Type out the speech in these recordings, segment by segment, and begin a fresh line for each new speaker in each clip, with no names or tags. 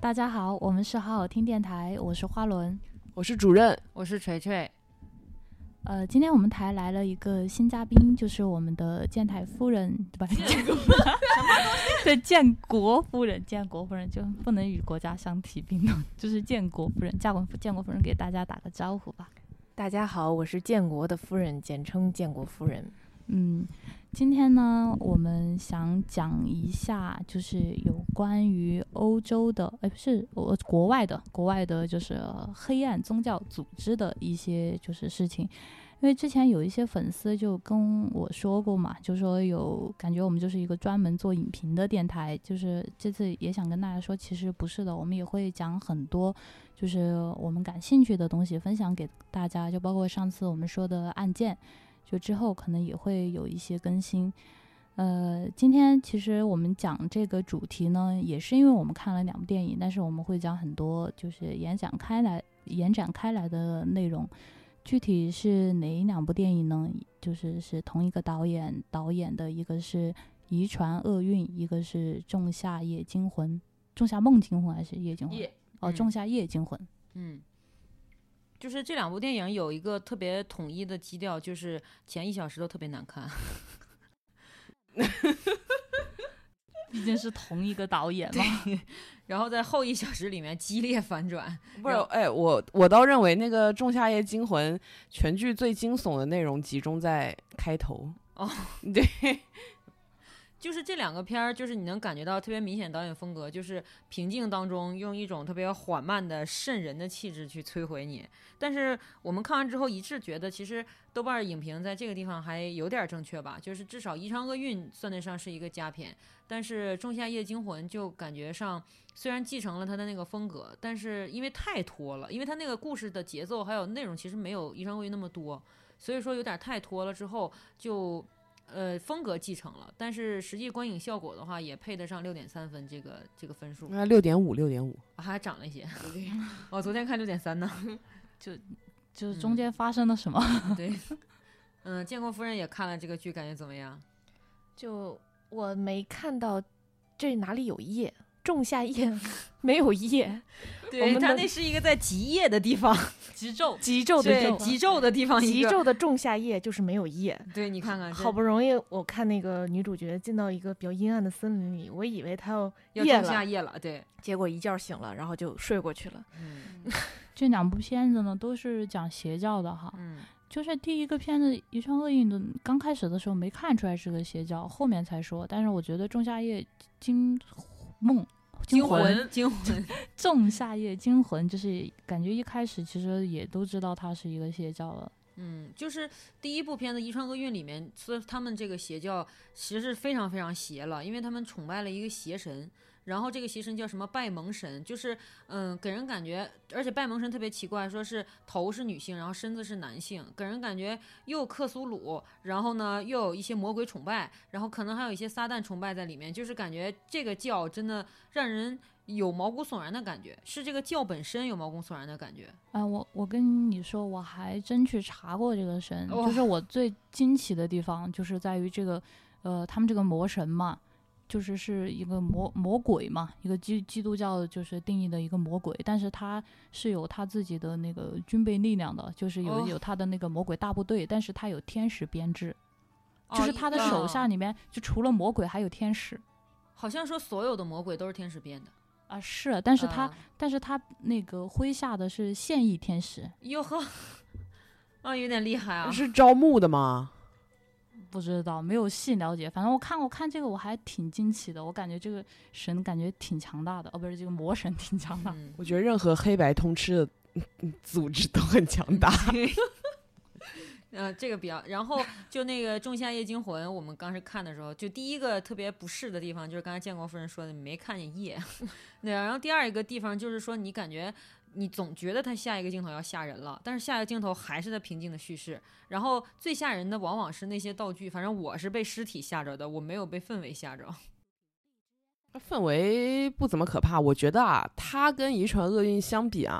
大家好，我们是好好听电台，我是花轮。
我是主任，
我是锤锤，
呃，今天我们台来了一个新嘉宾，就是我们的建台夫人，对吧？建国 对，建国夫人，建国夫人就不能与国家相提并论，就是建国夫人，建国建国夫人给大家打个招呼吧。
大家好，我是建国的夫人，简称建国夫人。
嗯，今天呢，我们想讲一下，就是有关于欧洲的，哎，不是，我国外的，国外的，就是黑暗宗教组织的一些就是事情。因为之前有一些粉丝就跟我说过嘛，就说有感觉我们就是一个专门做影评的电台，就是这次也想跟大家说，其实不是的，我们也会讲很多就是我们感兴趣的东西分享给大家，就包括上次我们说的案件，就之后可能也会有一些更新。呃，今天其实我们讲这个主题呢，也是因为我们看了两部电影，但是我们会讲很多就是延展开来、延展开来的内容。具体是哪两部电影呢？就是是同一个导演导演的，一个是《遗传厄运》，一个是《仲夏夜惊魂》，《仲夏梦惊魂》还是《夜惊魂》？哦，《
嗯
仲夏夜惊魂》。
嗯，就是这两部电影有一个特别统一的基调，就是前一小时都特别难看。
毕竟是同一个导演嘛。
然后在后一小时里面激烈反转，
不是，哎，我我倒认为那个《仲夏夜惊魂》全剧最惊悚的内容集中在开头。
哦，
对，
就是这两个片儿，就是你能感觉到特别明显导演风格，就是平静当中用一种特别缓慢的瘆人的气质去摧毁你。但是我们看完之后一致觉得，其实豆瓣儿影评在这个地方还有点儿正确吧，就是至少《宜昌厄运》算得上是一个佳片，但是《仲夏夜惊魂》就感觉上虽然继承了他的那个风格，但是因为太拖了，因为他那个故事的节奏还有内容其实没有《宜昌厄运》那么多，所以说有点儿太拖了之后就。呃风格继承了，但是实际观影效果的话，也配得上六点三分这个这个分数，
那啊六点五，六点五。
啊还涨了一些。我、昨天看六点三呢。
就是中间发生了什么？
对， 嗯，建国夫人也看了这个剧，感觉怎么样？
就我没看到这哪里有叶，仲夏夜 没有叶，我们
他
的
那是一个在极夜的地方，
极骤
极昼的
对
昼
极昼的地方，
极。昼的啊仲夏夜就是没有叶。
对你看看，
好不容易我看那个女主角进到一个比较阴暗的森林里，我以为她要
要
夜
仲夏
了，
夜了，对，
结果一觉醒了，然后就睡过去了。
嗯
这两部片子呢，都是讲邪教的哈。
嗯，
就是第一个片子《遗传厄运》的，刚开始的时候没看出来是个邪教，后面才说。但是我觉得《仲夏夜惊梦》
惊
魂
魂惊魂，
仲夏夜惊魂，就是感觉一开始其实也都知道它是一个邪教了。
嗯，就是第一部片子《遗传厄运》里面，说他们这个邪教其实是非常非常邪了，因为他们崇拜了一个邪神，然后这个邪神叫什么拜蒙神，就是嗯，给人感觉，而且拜蒙神特别奇怪，说是头是女性，然后身子是男性，给人感觉又有克苏鲁，然后呢又有一些魔鬼崇拜，然后可能还有一些撒旦崇拜在里面，就是感觉这个教真的让人有毛骨悚然的感觉，是这个教本身有毛骨悚然的感觉。
啊、我我跟你说，我还真去查过这个神，
哇
就是我最惊奇的地方就是在于这个，呃，他们这个魔神嘛，就是是一个魔魔鬼嘛，一个基基督教就是定义的一个魔鬼，但是他是有他自己的那个军备力量的，就是有、
哦
有他的那个魔鬼大部队，但是他有天使编制，就是他的手下
哦
里面就除了魔鬼还有天使
好像说所有的魔鬼都是天使变的，呃
啊，是，但
但
是他、但是他那个麾下的是现役天使，
哟呵， 啊，有点厉害啊！
是招募的吗？
不知道，没有细了解。反正我看我看这个我还挺惊奇的，我感觉这个神感觉挺强大的，哦，不是这个魔神挺强大。
嗯
我觉得任何黑白通吃的嗯嗯组织都很强大。
呃，这个比较，然后就那个《仲夏夜惊魂》，我们当时看的时候，就第一个特别不适的地方就是刚才建国夫人说的，你没看见夜， 对啊。然后第二一个地方就是说，你感觉你总觉得他下一个镜头要吓人了，但是下一个镜头还是在平静的叙事。然后最吓人的往往是那些道具，反正我是被尸体吓着的，我没有被氛围吓着。
氛围不怎么可怕，我觉得啊，它跟《遗传厄运》相比啊，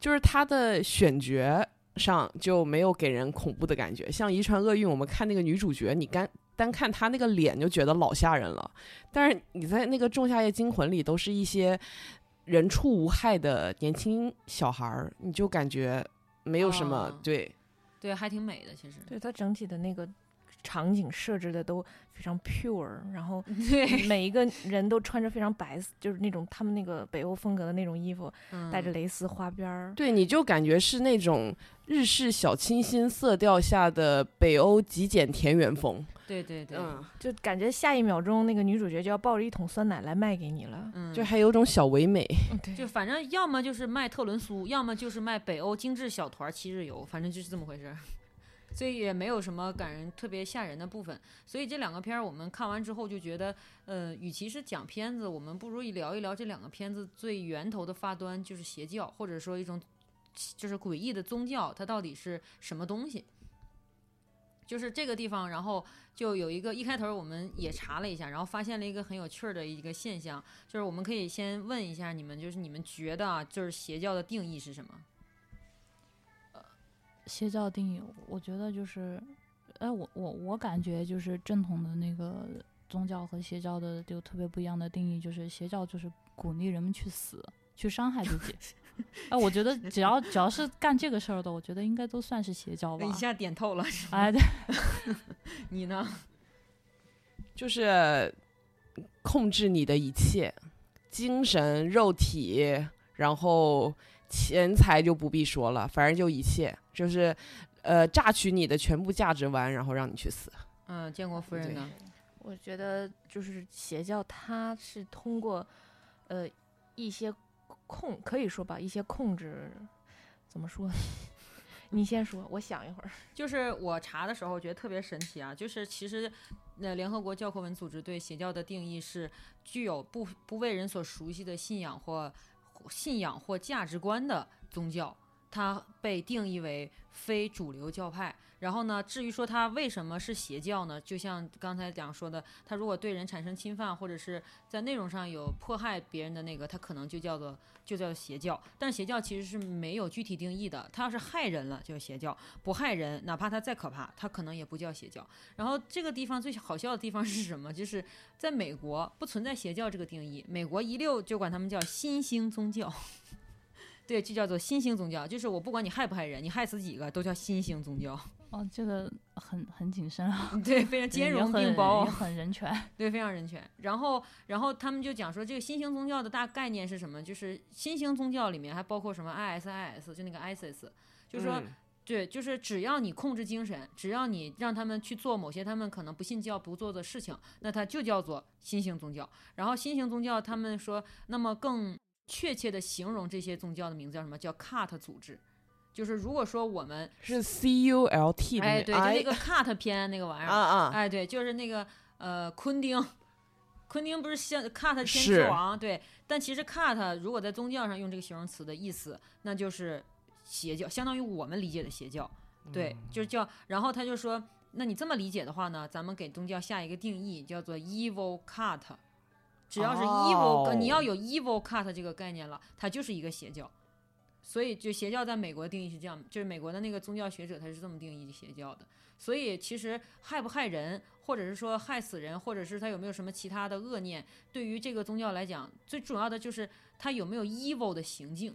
就是它的选角上就没有给人恐怖的感觉。像《遗传厄运》，我们看那个女主角，你干单看她那个脸就觉得老吓人了，但是你在那个《仲夏夜惊魂》里，都是一些人畜无害的年轻小孩儿，你就感觉没有什么、
啊
对。
对，还挺美的，其实。
对它整体的那个场景设置的都非常 pure，然后
对，
每一个人都穿着非常白，就是那种他们那个北欧风格的那种衣服，带着
嗯
蕾丝花边儿。
对，你就感觉是那种日式小清新色调下的北欧极简田园风。
对对对，
嗯，
就感觉下一秒钟那个女主角就要抱着一桶酸奶来卖给你了。
嗯，
就还有种小唯美。
嗯，对
就反正要么就是卖特仑苏，要么就是卖北欧精致小团儿七日游，反正就是这么回事儿。所以也没有什么感人、特别吓人的部分。所以这两个片儿我们看完之后就觉得，呃，与其是讲片子，我们不如一聊一聊这两个片子最源头的发端，就是邪教，或者说一种就是诡异的宗教，它到底是什么东西？就是这个地方，然后就有一个一开头我们也查了一下，然后发现了一个很有趣儿的一个现象，就是我们可以先问一下你们，就是你们觉得啊，就是邪教的定义是什么？
邪教定义，我觉得就是，哎，我我我感觉就是正统的那个宗教和邪教的就特别不一样的定义，就是邪教就是鼓励人们去死，去伤害自己。 哎，我觉得只要只要是干这个事儿的，我觉得应该都算是邪教吧
一。下点透了， 是吧
哎，对，
你呢？
就是控制你的一切，精神、肉体，然后钱财就不必说了，反正就一切，就是呃榨取你的全部价值完，然后让你去死。
嗯，建国夫人呢？
我觉得就是邪教，它是通过呃一些控，可以说吧，一些控制，怎么说？ 你先说，我想一会儿。
就是我查的时候觉得特别神奇啊，就是其实，呃，联合国教科文组织对邪教的定义是具有不不为人所熟悉的信仰或或信仰或价值观的宗教，它被定义为非主流教派。然后呢，至于说它为什么是邪教呢？就像刚才讲说的，它如果对人产生侵犯，或者是在内容上有迫害别人的那个，它可能就叫做就叫邪教。但邪教其实是没有具体定义的，它要是害人了就是邪教。不害人，哪怕它再可怕，它可能也不叫邪教。然后这个地方最好笑的地方是什么？就是在美国不存在邪教这个定义，美国一溜就管他们叫新兴宗教。 对，就叫做新兴宗教，就是我不管你害不害人，你害死几个都叫新兴宗教。
哦，这个很很谨慎啊，
对，非常兼
也
容
很
并包
也。很人权。
对，非常人权。然后，然后他们就讲说，这个新兴宗教的大概念是什么？就是新兴宗教里面还包括什么 ISIS，就那个 ISIS，就是说
嗯
对，就是只要你控制精神，只要你让他们去做某些他们可能不信教不做的事情，那它就叫做新型宗教。然后新型宗教，他们说，那么更确切的形容这些宗教的名字叫什么？叫 cut 组织。就是如果说我们，
是 C U L T 的
哎，对，就那
哎
个 cut 片那个玩意儿
啊，啊，
哎，对，就是那个呃，昆汀，昆汀不是像 cut 天之
是
王对，但其实 cut 如果在宗教上用这个形容词的意思，那就是邪教，相当于我们理解的邪教，对，就是叫。然后他就说，那你这么理解的话呢，咱们给宗教下一个定义，叫做 evil cut。只要是 evil，、
哦
你要有 evil cut 这个概念了，它就是一个邪教。所以，就邪教在美国的定义是这样，就是美国的那个宗教学者他是这么定义邪教的。所以其实害不害人，或者是说害死人，或者是他有没有什么其他的恶念，对于这个宗教来讲，最主要的就是他有没有 evil 的行径，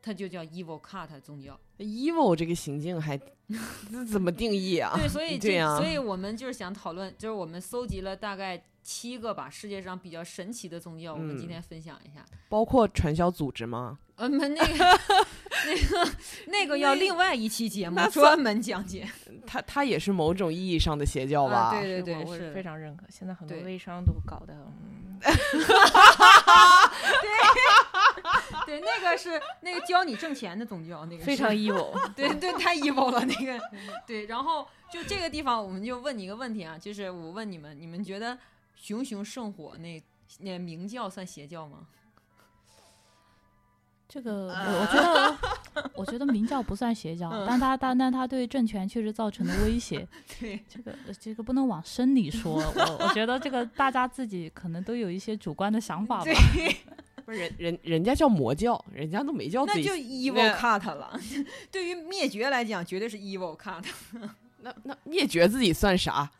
它就叫 evil cut 宗教。
哎 evil ，E 这个行 径还这怎么定义啊？
对，所以
对
这
啊
所以我们就是想讨论，就是我们搜集了大概七个吧，世界上比较神奇的宗教，我们今
嗯
天分享一下。
包括传销组织吗？
呃，那那个 那个那个要另外一期节目
那
专门讲解。
它它也是某种意义上的邪教吧？
啊，对对
我我
对，
是非
是。
常认可。现在很多
对
微商都搞得，嗯，
对，那个是那个教你挣钱的宗教，那个
非
是
常 evil。
对对，太 evil 了那 个。对，然后就这个地方，我们就问你一个问题啊，就是我问你们，你们觉得熊熊圣火那那明教算邪教吗？
这个
啊
我我觉得，我觉得明教不算邪
嗯
教，但他但但他对政权确实造成了威胁。
对，
这个呃这个不能往深里说，我我觉得这个大家自己可能都有一些主观的想法吧
对。，
不是人人人家叫魔教，人家都没叫自
那
己
就 evil
那
cut 了。 对于灭绝来讲，绝对是 evil cut。
那那灭绝自己算啥？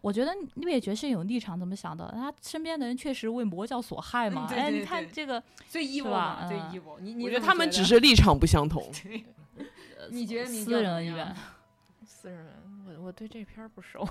我觉得灭绝是有立场怎么想的，他身边的人确实为魔教所害嘛。
嗯对
哎，
对
你看
对
这个，
最 evil
吧
嘛，最
嗯
evil。你你
我觉
怎
得
么
他们只是立场不相同。
对你觉得你
私人恩怨？
私人，我我对这片儿不熟。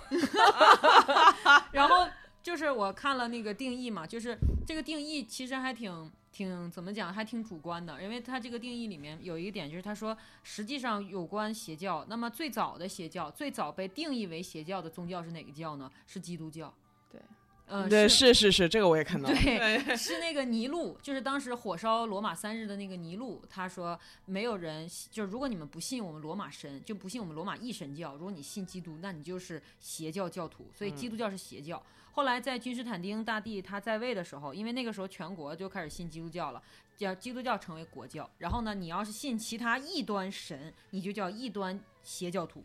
然后就是我看了那个定义嘛，就是这个定义其实还挺挺怎么讲，还挺主观的，因为它这个定义里面有一个点就是他说，实际上有关邪教，那么最早的邪教，最早被定义为邪教的宗教是哪个教呢？是基督教。
对，
嗯、
对，
是
是是是，这个我也看到了。
对，是那个尼禄，就是当时火烧罗马三日的那个尼禄，他说没有人，就是如果你们不信我们罗马神，就不信我们罗马一神教，如果你信基督，那你就是邪教教徒，所以
嗯
基督教是邪教。后来在君士坦丁大帝他在位的时候，因为那个时候全国就开始信基督教了，叫基督教成为国教。然后呢，你要是信其他异端神，你就叫异端邪教徒。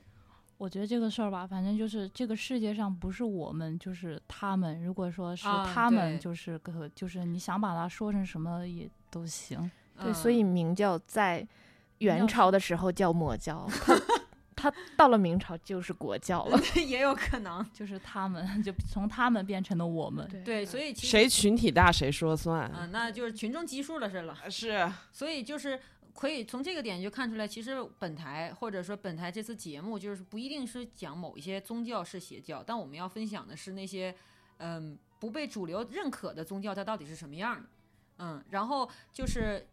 我觉得这个事儿吧，反正就是这个世界上不是我们就是他们，如果说是
啊
他们，
对
就是个就是你想把它说成什么也都行。
对，
嗯
所以明教在元
要
朝的时候叫魔教，它它到了明朝就是国教了。
也有可能
就是他们， 就从他们变成了我们。
对，所以其实
谁群体大谁说算。呃
啊、那就是群众基数的事了。
是，
所以就是可以从这个点就看出来，其实本台或者说本台这次节目，就是不一定是讲某一些宗教是邪教，但我们要分享的是那些嗯不被主流认可的宗教，它到底是什么样的。嗯，然后就是。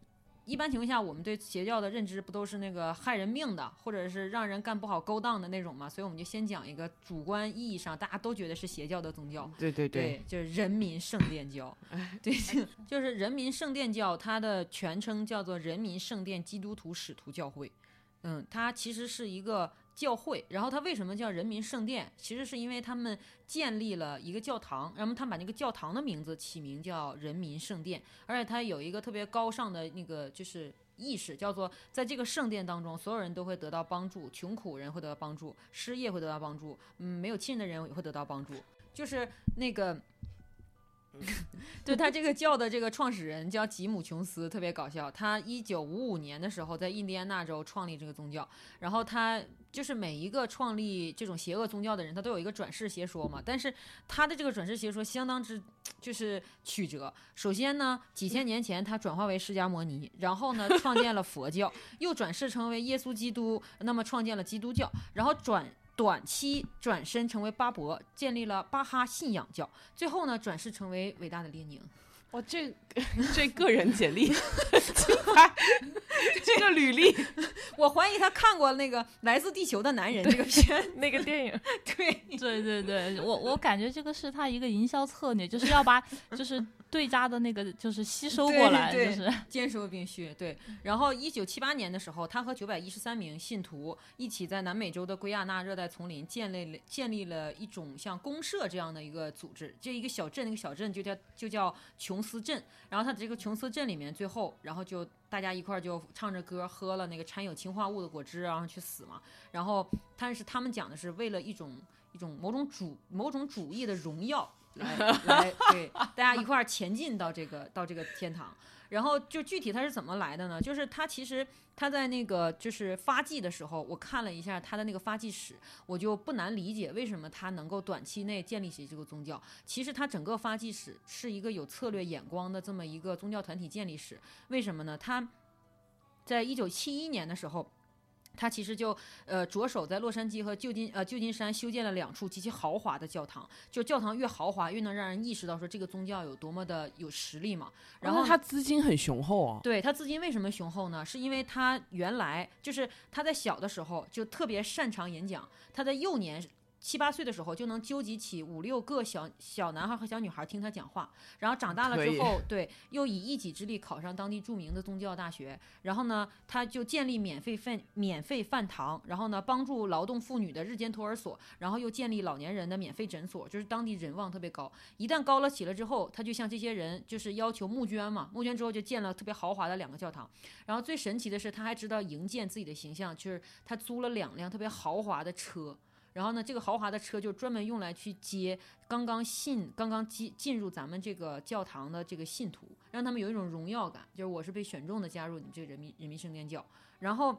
一般情况下，我们对邪教的认知不都是那个害人命的，或者是让人干不好勾当的那种嘛？所以我们就先讲一个主观意义上大家都觉得是邪教的宗教。
对对对，
对，就是人民圣殿 教，对，就是人民圣殿教，它的全称叫做人民圣殿基督徒使徒教会。嗯，它其实是一个教会，然后它为什么叫人民圣殿？其实是因为他们建立了一个教堂，然后他们把那个教堂的名字起名叫人民圣殿，而且它有一个特别高尚的那个就是。意识叫做，在这个圣殿当中，所有人都会得到帮助，穷苦人会得到帮助，失业会得到帮助，嗯，没有亲人的人也会得到帮助。就是那个，就他这个教的这个创始人叫吉姆·琼斯，特别搞笑。他一九五五年的时候在印第安纳州创立这个宗教，然后他就是每一个创立这种邪恶宗教的人，他都有一个转世邪说嘛。但是他的这个转世邪说相当之就是曲折。首先呢，几千年前他转化为释迦摩尼，然后呢创建了佛教，又转世成为耶稣基督，那么创建了基督教，然后转。短期转身成为巴博，建立了巴哈信仰教，最后呢转世成为伟大的列宁。
我这 这个人 简历精彩，这个履历
我怀疑他看过那个《来自地球的男人》这个片，
那个电 影，
对，
对对对，我我感觉这个是他一个营销策略，就是要把就是对家的那个就是吸收
对
过
对
来，
对
就是
兼收并蓄。对，然后一九七八年的时候，他和九百一十三名信徒一起在南美洲的圭亚那热带丛林建立了建立了一种像公社这样的一个组织，这一个小镇，那个小镇就叫就叫琼斯镇。然后他这个琼斯镇里面，最后然后就大家一块儿就唱着歌，喝了那个掺有氰化物的果汁，然后去死嘛。然后但是他们讲的是为了一种一种某种主某种主义的荣耀。来来，对，大家一块儿前进到这个到这个天堂。然后就具体它是怎么来的呢？就是它其实它在那个就是发迹的时候，我看了一下它的那个发迹史，我就不难理解为什么它能够短期内建立起这个宗教。其实它整个发迹史是一个有策略眼光的这么一个宗教团体建立史。为什么呢？它在一九七一年的时候。它其实就呃着手在洛杉矶和旧金呃旧金山修建了两处极其豪华的教堂，就教堂越豪华，越能让人意识到说这个宗教有多么的有实力嘛。然后
哦那他资金很雄厚啊。
对他资金为什么雄厚呢？是因为他原来就是他在小的时候就特别擅长演讲，他在幼年。七八岁的时候就能纠集起五六个小小男孩和小女孩听他讲话，然后长大了
可以
之后，对，又以一己之力考上当地著名的宗教大学，然后呢，他就建立免费饭免费饭堂，然后呢，帮助劳动妇女的日间托儿所，然后又建立老年人的免费诊所，就是当地人望特别高。一旦高了起来之后，他就向这些人就是要求募捐嘛，募捐之后就建了特别豪华的两个教堂。然后最神奇的是，他还知道营建自己的形象，就是他租了两辆特别豪华的车。然后呢，这个豪华的车就专门用来去接刚刚信、刚刚进进入咱们这个教堂的这个信徒，让他们有一种荣耀感，就是我是被选中的，加入你们这个人民人民圣殿教。然后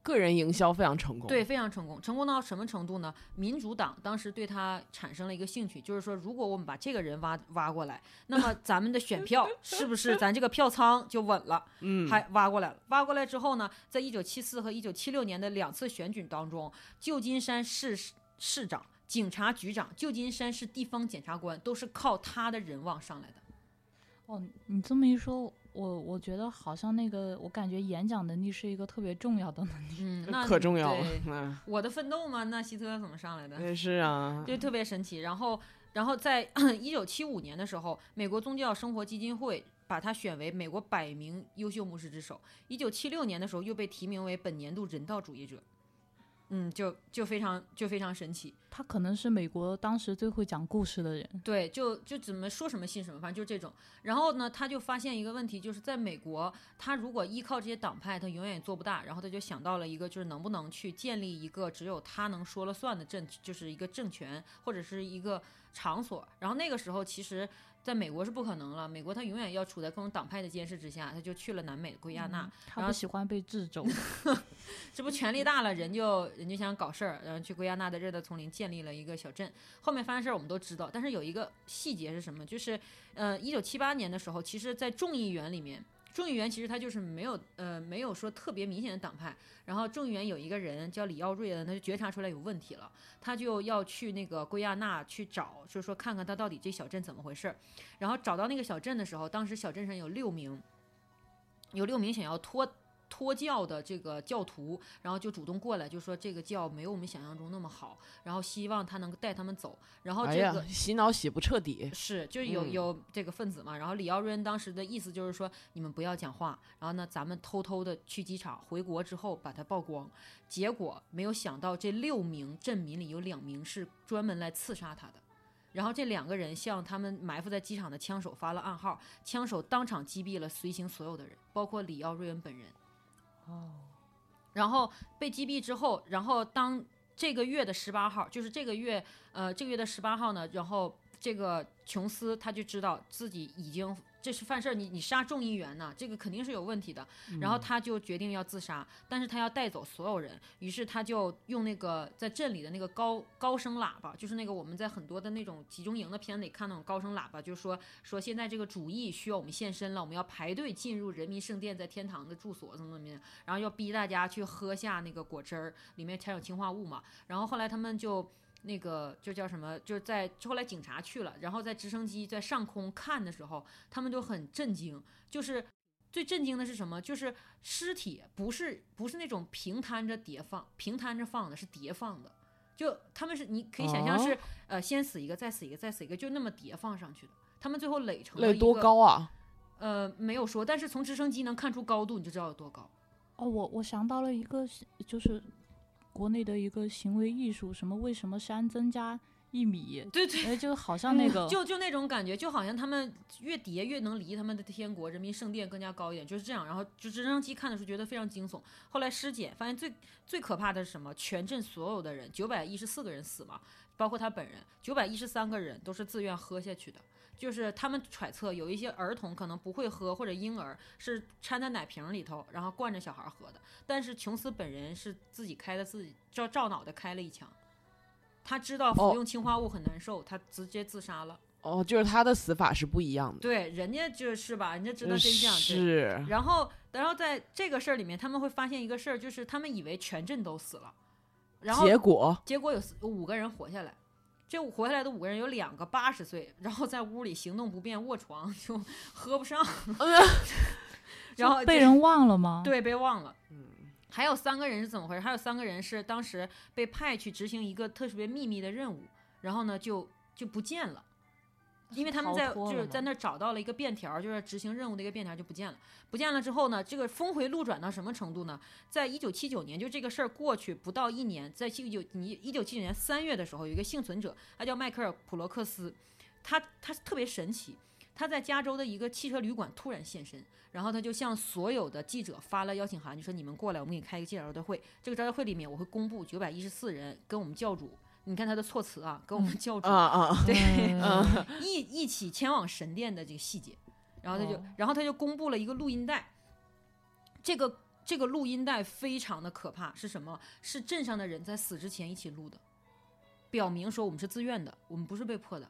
个人营销非常成功。
对，非常成功，成功到什么程度呢？民主党当时对他产生了一个兴趣，就是说，如果我们把这个人挖挖过来，那 么咱们的选票是不是咱这个票仓就稳了？
嗯，
还挖过来了。挖过来之后呢，在一九七四和一九七六年的两次选举当中，旧金山市市长、警察局长、旧金山市地方检察官都是靠他的人望上来的。
哦，你这么一说，我我觉得好像那个，我感觉演讲能力是一个特别重要的 能力。
嗯，那
可重要了
对。
嗯，
我的奋斗嘛，那希特勒怎么上 来的？
也是啊，
对，特别神奇。然后，然后在 一九七五年的时候，美国宗教生活基金会把他选为美国百名优秀牧师之首。一九七六年的时候，又被提名为本年度人道主义者。嗯，就就非常就非常神奇。
他可能是美国当时最会讲故事的人。
对，就就怎么说什么信什么，反正就这种。然后呢，他就发现一个问题，就是在美国，他如果依靠这些党派，他永远也做不大。然后他就想到了一个，就是能不能去建立一个只有他能说了算的政，就是一个政权或者是一个场所。然后那个时候，其实在美国是不可能了，美国他永远要处在各种党派的监视之下。他就去了南美的圭亚那，
嗯他不
然后
喜欢被制肘。
这不权力大了，人就人就想搞事儿，然后去圭亚那的热带丛林建立了一个小镇。后面发生事儿我们都知道，但是有一个细节是什么？就是呃，一九七八年的时候，其实，在众议员里面，众议员其实他就是没有呃没有说特别明显的党派。然后众议员有一个人叫李耀瑞的，他就觉察出来有问题了，他就要去那个圭亚那去找，就是说看看他到底这小镇怎么回事儿。然后找到那个小镇的时候，当时小镇上有六名，有六名想要脱。脱教的这个教徒，然后就主动过来，就说这个教没有我们想象中那么好，然后希望他能够带他们走。然后
哎
这个
呀，洗脑洗不彻底，
是，就是有
嗯
有这个分子嘛。然后李耀瑞恩当时的意思就是说，你们不要讲话，然后呢，咱们偷偷的去机场，回国之后把它曝光。结果没有想到，这六名镇民里有两名是专门来刺杀他的。然后这两个人向他们埋伏在机场的枪手发了暗号，枪手当场击毙了随行所有的人，包括李耀瑞恩本人。
哦，
然后被击毙之后，然后当这个月的十八号，就是这个月，呃，这个月的十八号呢，然后这个琼斯他就知道自己已经这是犯事儿，你你杀众议员呐、这个肯定是有问题的。然后他就决定要自杀，但是他要带走所有人，于是他就用那个在镇里的那个高高声喇叭，就是那个我们在很多的那种集中营的片里看那种高声喇叭，就是说说现在这个主义需要我们献身了，我们要排队进入人民圣殿，在天堂的住所怎么怎么样，然后要逼大家去喝下那个果汁儿，里面掺有氰化物嘛。然后后来他们就。那个就叫什么？就是在后来警察去了，然后在直升机在上空看的时候，他们就很震惊，就是最震惊的是什么？就是尸体不是不是那种平摊着叠放、平摊着放的，是叠放的。就他们是你可以想象
哦
是、呃先死一个，再死一个，再死一个，就那么叠放上去的。他们最后垒成了
累
一
多
个？
高啊？
呃，没有说，但是从直升机能看出高度，你就知道有多高。
哦，我我想到了一个是，就是国内的一个行为艺术，什么为什么山增加一米？
对对。
哎，就好像那个，
就就那种感觉，就好像他们越叠越能离他们的天国人民圣殿更加高一点，就是这样。然后就直升机看的时候觉得非常惊悚，后来尸检发现最最可怕的是什么？全镇所有的人，九百一十四个人死嘛，包括他本人，九百一十三个人都是自愿喝下去的。就是他们揣测有一些儿童可能不会喝，或者婴儿是掺在奶瓶里头，然后灌着小孩喝的。但是琼斯本人是自己开的，自己照照脑袋开了一枪。他知道
哦
服用氰化物很难受，他直接自杀了。
哦，就是他的死法是不一样的，
对，人家就是吧，人家知道
嗯
真相。对。
是
然后，然后在这个事儿里面，他们会发现一个事儿，就是他们以为全镇都死了，然后
结果
结果有四有五个人活下来。这五活下来的五个人有两个八十岁，然后在屋里行动不便，卧床就 喝不上，
嗯
然后
被
就
人忘了吗？，
对被忘了。
嗯
还有三个人是怎么回事？还有三个人是当时被派去执行一个特别秘密的任务，然后呢就就不见了，因为他们在
逃脱
就
了
是
吗
在那儿找到了一个便条，就是执行任务的一个便条就不见了。不见了之后呢，这个峰回路转到什么程度呢？在一九七九年，就这个事儿过去不到一年，在一九你一九七九年三月的时候，有一个幸存者，他叫迈克尔普罗克斯，他他特别神奇。他在加州的一个汽车旅馆突然现身，然后他就向所有的记者发了邀请函，就说你们过来，我们给你开一个记者招待会。这个招待会里面，我会公布九百一十四人跟我们教主，你看他的措辞啊，跟我们教主
啊啊，
对，
嗯，
一一起前往神殿的这个细节，然后他就，
哦
然后他就公布了一个录音带，这个这个录音带非常的可怕，是什么？是镇上的人在死之前一起录的，表明说我们是自愿的，我们不是被迫的。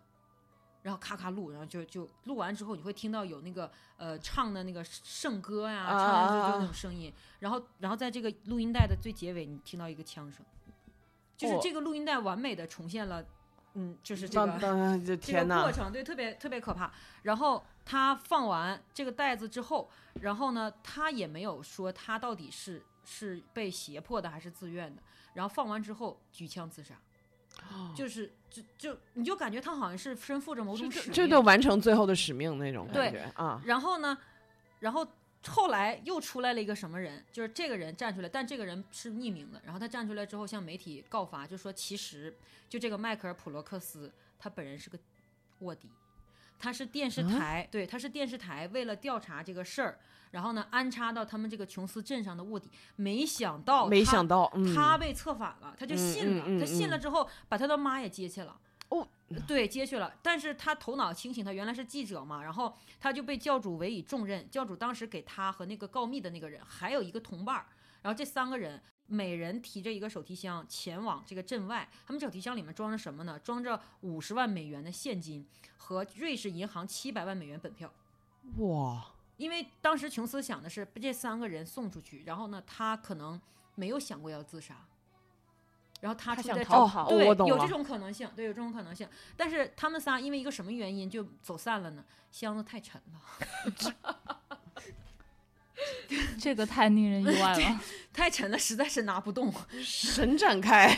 然后咔咔录，然后就就录完之后，你会听到有那个呃唱的那个圣歌呀、
啊
唱的就
啊
就
啊
那种声音。然后然后在这个录音带的最结尾，你听到一个枪声，就是
哦
这个录音带完美的重现了，嗯，就是这
当
个
当
这
这天
个过
呐，
程，对，特别特别可怕。然后他放完这个袋子之后，然后呢，他也没有说他到底是是被胁迫的还是自愿的。然后放完之后举枪自杀，
哦
就是就就你就感觉他好像是身负着某种使
这
命。
就完成最后的使命那种
对
感觉啊，
然后呢，然后后来又出来了一个什么人，就是这个人站出来，但这个人是匿名的。然后他站出来之后向媒体告发，就说其实就这个迈克尔普罗克斯他本人是个卧底，他是电视台、
啊
对，他是电视台为了调查这个事儿，然后呢安插到他们这个琼斯镇上的卧底，没想到
没
哦他
想到，嗯，
他被策反了，他就信了，
嗯嗯嗯
他信
嗯
了之后把他的妈也接去了。呃
哦，
对，接去了，但是他头脑清醒，他原来是记者嘛，然后他就被教主委以重任。教主当时给他和那个告密的那个人，还有一个同伴儿，然后这三个人每人提着一个手提箱前往这个镇外。他们手提箱里面装着什么呢？装着五十万美元的现金和瑞士银行七百万美元本票。
哇，
因为当时琼斯想的是把这三个人送出去，然后呢，他可能没有想过要自杀，然后他
他
出
想
在
逃
找
跑
对，
哦我懂
有这
了
种可能性，对，有这种可能性。但是他们仨因为一个什么原因就走散了呢？箱子太沉了，
这个太令人意外了。
太沉了，实在是拿不动。
神展开，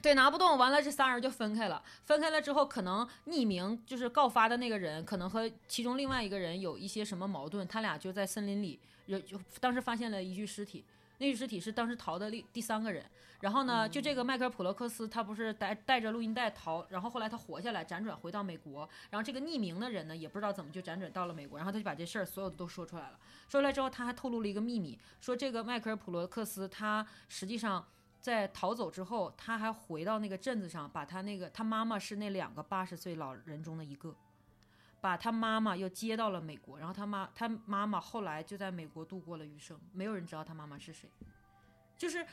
对，拿不动，完了这仨人就分开了。分开了之后，可能匿名就是告发的那个人，可能和其中另外一个人有一些什么矛盾，他俩就在森林里，有就当时发现了一具尸体，那具尸体是当时逃的第第三个人。然后呢，就这个迈克尔普罗克斯，他不是带带着录音带逃，然后后来他活下来，辗转回到美国。然后这个匿名的人呢，也不知道怎么就辗转到了美国，然后他就把这事儿所有的都说出来了。说出来之后，他还透露了一个秘密，说这个迈克尔普罗克斯他实际上。在逃走之后，他还回到那个镇子上，把他那个他妈妈是那两个八十岁老人中的一个，把他妈妈又接到了美国，然后他妈他妈妈后来就在美国度过了余生，没有人知道他妈妈是谁，就是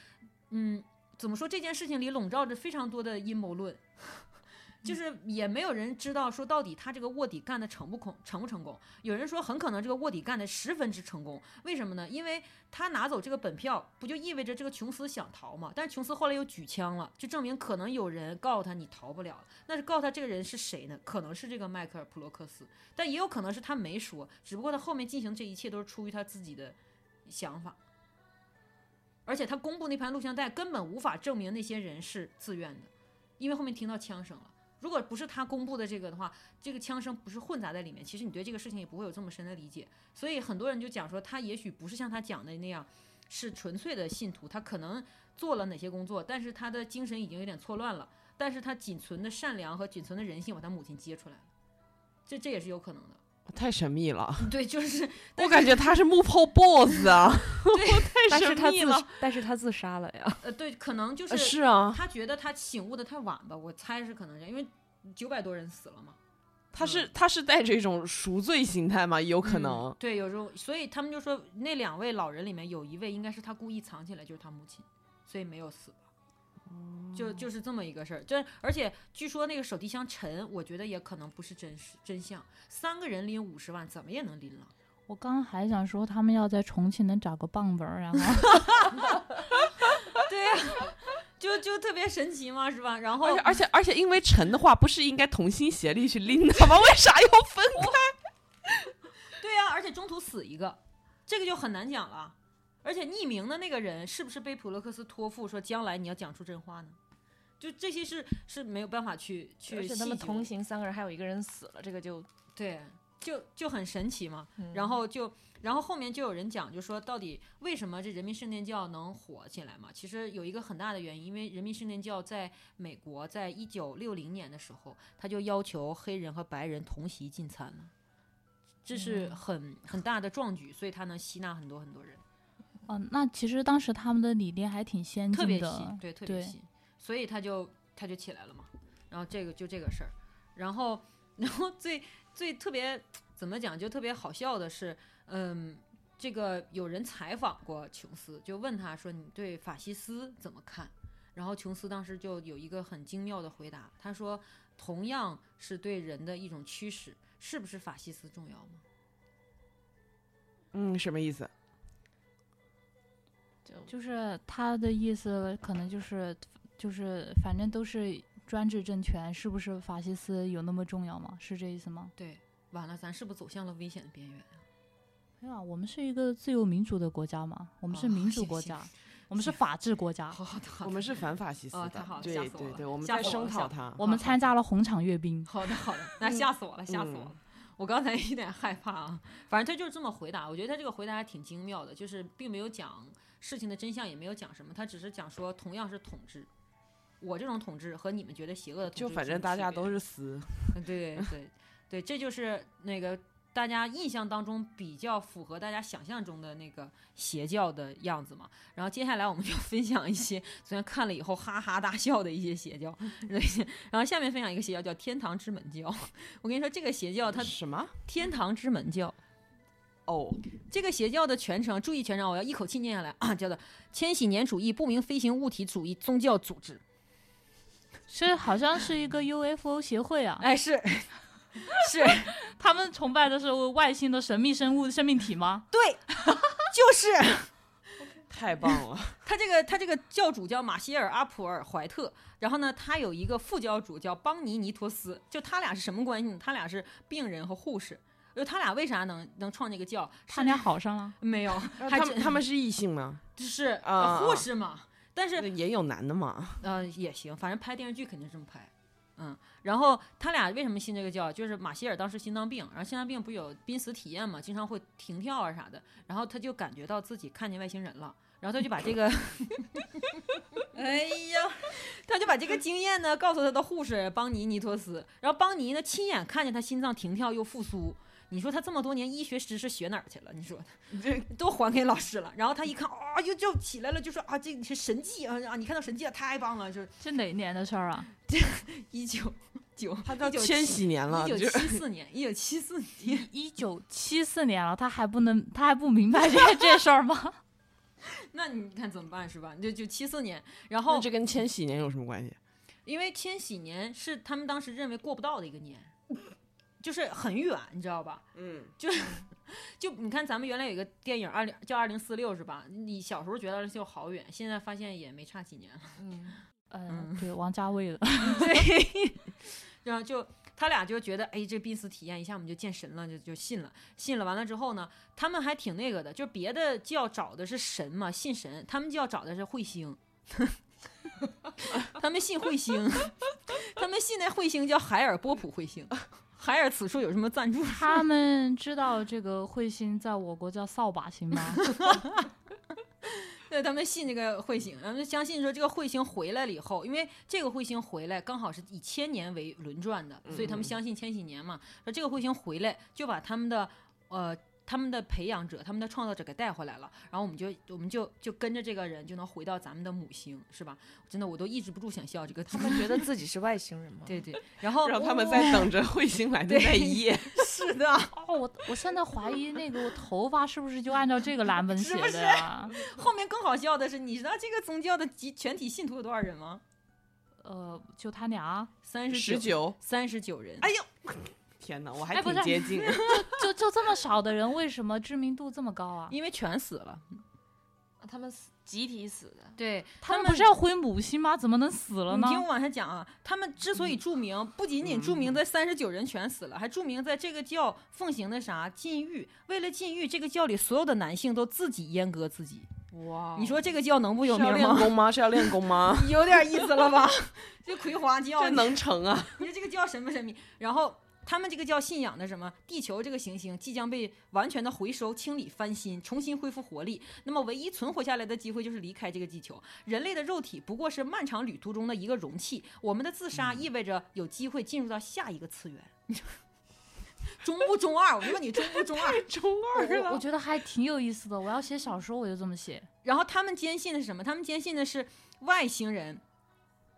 嗯，怎么说这件事情里笼罩着非常多的阴谋论。 就是也没有人知道说到底他这个卧底干的成不成成不成功。有人说很可能这个卧底干的十分之成功，为什么呢？因为他拿走这个本票，不就意味着这个琼斯想逃吗？但是琼斯后来又举枪了，就证明可能有人告他你逃不了了。那是告他这个人是谁呢？可能是这个迈克尔普罗克斯，但也有可能是他没说，只不过他后面进行这一切都是出于他自己的想法。而且他公布那盘录像带根本无法证明那些人是自愿的，因为后面听到枪声了。如果不是他公布的这个的话，这个枪声不是混杂在里面，其实你对这个事情也不会有这么深的理解。所以很多人就讲说，他也许不是像他讲的那样，是纯粹的信徒，他可能做了哪些工作，但是他的精神已经有点错乱了。但是他仅存的善良和仅存的人性，把他母亲接出来了，这这也是有可能的。
太神秘了，
对，就是
我感觉他是幕后 boss 啊，
但
太
是
神
他
秘
自
了，
但是他自杀了呀。
呃，对，可能就
呃
是
是啊，
他觉得他醒悟的太晚吧，我猜是可能这样，因为九百多人死了嘛，
他是他是带着一种赎罪心态吗？有可能
嗯，对，有时候，所以他们就说那两位老人里面有一位应该是他故意藏起来，就是他母亲，所以没有死吧。就就是这么一个事儿，这而且据说那个手提箱沉，我觉得也可能不是真实真相。三个人拎五十万，怎么也能拎了。
我刚刚还想说，他们要在重庆能找个棒本儿，然后
对呀、就就特别神奇嘛，是吧？然后
而且而且而且，因为沉的话，不是应该同心协力去拎它吗？为啥要分
对呀、而且中途死一个，这个就很难讲了。而且匿名的那个人是不是被普罗克斯托付说将来你要讲出真话呢？就这些是是没有办法去去
而
细
且
究
他
的。
们同行三个人，还有一个人死了，这个就
对，就就很神奇嘛。
嗯
然后就，然后后面就有人讲，就说到底为什么这人民圣殿教能火起来嘛？其实有一个很大的原因，因为人民圣殿教在美国，在一九六零年的时候，他就要求黑人和白人同席进餐了，这是很、很大的壮举，所以他能吸纳很多很多人，
嗯，那其实当时他们的理念还挺先
特别
进
吸
嗯的，，
对，特别
对
吸，所以他就他就起来了嘛。然后这个就这个事儿，然后 然后最最特别怎么讲，就特别好笑的是，嗯，这个有人采访过琼斯，就问他说：“你对法西斯怎么看？”然后琼斯当时就有一个很精妙的回答，他说：“同样是对人的一种驱使，是不是法西斯重要吗？”
嗯，什么意思？
就
就是他的意思，可能就是就是反正都是专制政权，是不是法西斯有那么重要吗？是这意思吗？
对，完了，咱是不是走向了危险的边缘？
没有啊，我们是一个自由民主的国家嘛，我们是
哦
民主
行
国
行
家，我们是
行
法治国家，
好好的，好的
我们是反法西斯
哦太
的，
好了
对
吓死我
对
了
对，我们
吓
在
死我
声
了
讨
吓
他。
我们
好
参加了红场阅 兵。
好的，好的，
嗯
那吓死我了，吓死我了！我刚才有点害怕啊。反正他就是这么回答，我觉得他这个回答还挺精妙的，就是并没有讲事情的真相，也没有讲什么，他只是讲说同样是统治，我这种统治和你们觉得邪恶的统治
就
有
反
什么
正大
区
家
别
都是死，
嗯对对对，这就是那个大家印象当中比较符合大家想象中的那个邪教的样子嘛。然后接下来我们就 分享一些昨天看了以后哈哈大笑的一些邪 教，对然后下面分享一个邪教叫天堂之门教。 我跟你说，这个邪教它
什么？
天堂之门教，
哦，
这个邪教的全称，注意全称，我要一口气念下来啊，叫做千禧年主义不明飞行物体主义宗教组织。
是好像是一个 UFO 协会啊，
哎， 是是。
他们崇拜的是外星的神秘生物生命体吗？
对，就是
太棒了！
他这个他这个教主叫马歇尔·阿普尔·怀特，然后呢，他有一个副教主叫邦尼·尼托斯，就他俩是什么关系呢？他俩是病人和护士。就他俩为啥能能创这个教？
他
是
俩好上了，
没有，
那
还
啊他
真
们他们是异性吗？
就是、
啊
护士嘛。但是
那也有男的嘛？
呃，也行，反正拍电视剧肯定是这么拍。嗯，然后他俩为什么信这个教？就是马歇尔当时心脏病，然后心脏病不有濒死体验嘛，经常会停跳啊啥的，然后他就感觉到自己看见外星人了，然后他就把这个， 哎呀，他就把这个经验呢告诉他的护士邦尼尼托斯，然后邦尼呢亲眼看见他心脏停跳又复苏，你说他这么多年医学知识学哪儿去了？你说
这
都还给老师了，然后他一看啊，就就起来了，就说啊，这是神迹啊啊！你看到神迹了，太棒了！就是
是哪年的事儿啊？
一九九，
他到
19
千禧年了，
一
就
九七四年，一九七四年，
一九七四年了，他还不能，他还不明白 这这事儿吗？
那你看怎么办是吧？就就七四年，然
那
后
这跟千禧年有什么关系？
因为千禧年是他们当时认为过不到的一个年，就是很远，你知道吧？
嗯，
就你看咱们原来有一个电影二零叫二零四六是吧？你小时候觉得二零四六好远，现在发现也没差几年了。
嗯，
嗯
嗯，
对，王家卫的，
对，然后就他俩就觉得，哎，这濒死体验一下我们就见神了，就就信了，信了。完了之后呢，他们还挺那个的，就别的教找的是神嘛，信神，他们就要找的是彗星。 他们信彗星， 他们信那彗星叫海尔波普彗星。 海尔此处有什么赞助？
他们知道这个彗星在我国叫扫把星吗？
对他们信这个彗星，他们相信说这个彗星回来了以后，因为这个彗星回来刚好是以千年为轮转的，所以他们相信千禧年嘛。说这个彗星回来就把他们的呃他们的培养者、他们的创造者给带回来了，然后我们就我们就就跟着这个人就能回到咱们的母星，是吧？真的我都抑制不住想笑这个
他
他
们觉得自己是外星人吗？
对对，然后哦
让他们在等着彗星来的那一夜。
是的，
哦，我我现在怀疑那个我头发是不是就按照这个蓝本写的呀？
后面更好笑的是，你知道这个宗教的集全体信徒有多少人吗？
呃，就他俩，
三
十
十九，
九，
三十九人。
哎呦，天哪，我还
哎不
挺
是
接近。
就就这么少的人，为什么知名度这么高啊？
因为全死了，
啊他们死集体死的，
对
他们不是要回母星吗？怎么能死了呢
你？听我往下讲啊，他们之所以著名，不仅仅著名在三十九人全死了，还著名在这个教奉行的啥禁欲。为了禁欲，这个教里所有的男性都自己阉割自己。
哇
你说这个教能不有
是要
名
练
吗？
功吗？是要练功吗？
有点意思了吧？ 这葵花教，
这
你
能成啊？
你说这个教神不神秘？然后。他们这个教信仰的什么？地球这个行星即将被完全的回收、清理、翻新，重新恢复活力。那么，唯一存活下来的机会就是离开这个地球。人类的肉体不过是漫长旅途中的一个容器，我们的自杀意味着有机会进入到下一个次元。 中不中二？我就问你中不中二？
中 二
我我
了，
觉得还挺有意思的。我要写小说，我就这么写。
然后他们坚信的是什么？他们坚信的是外星人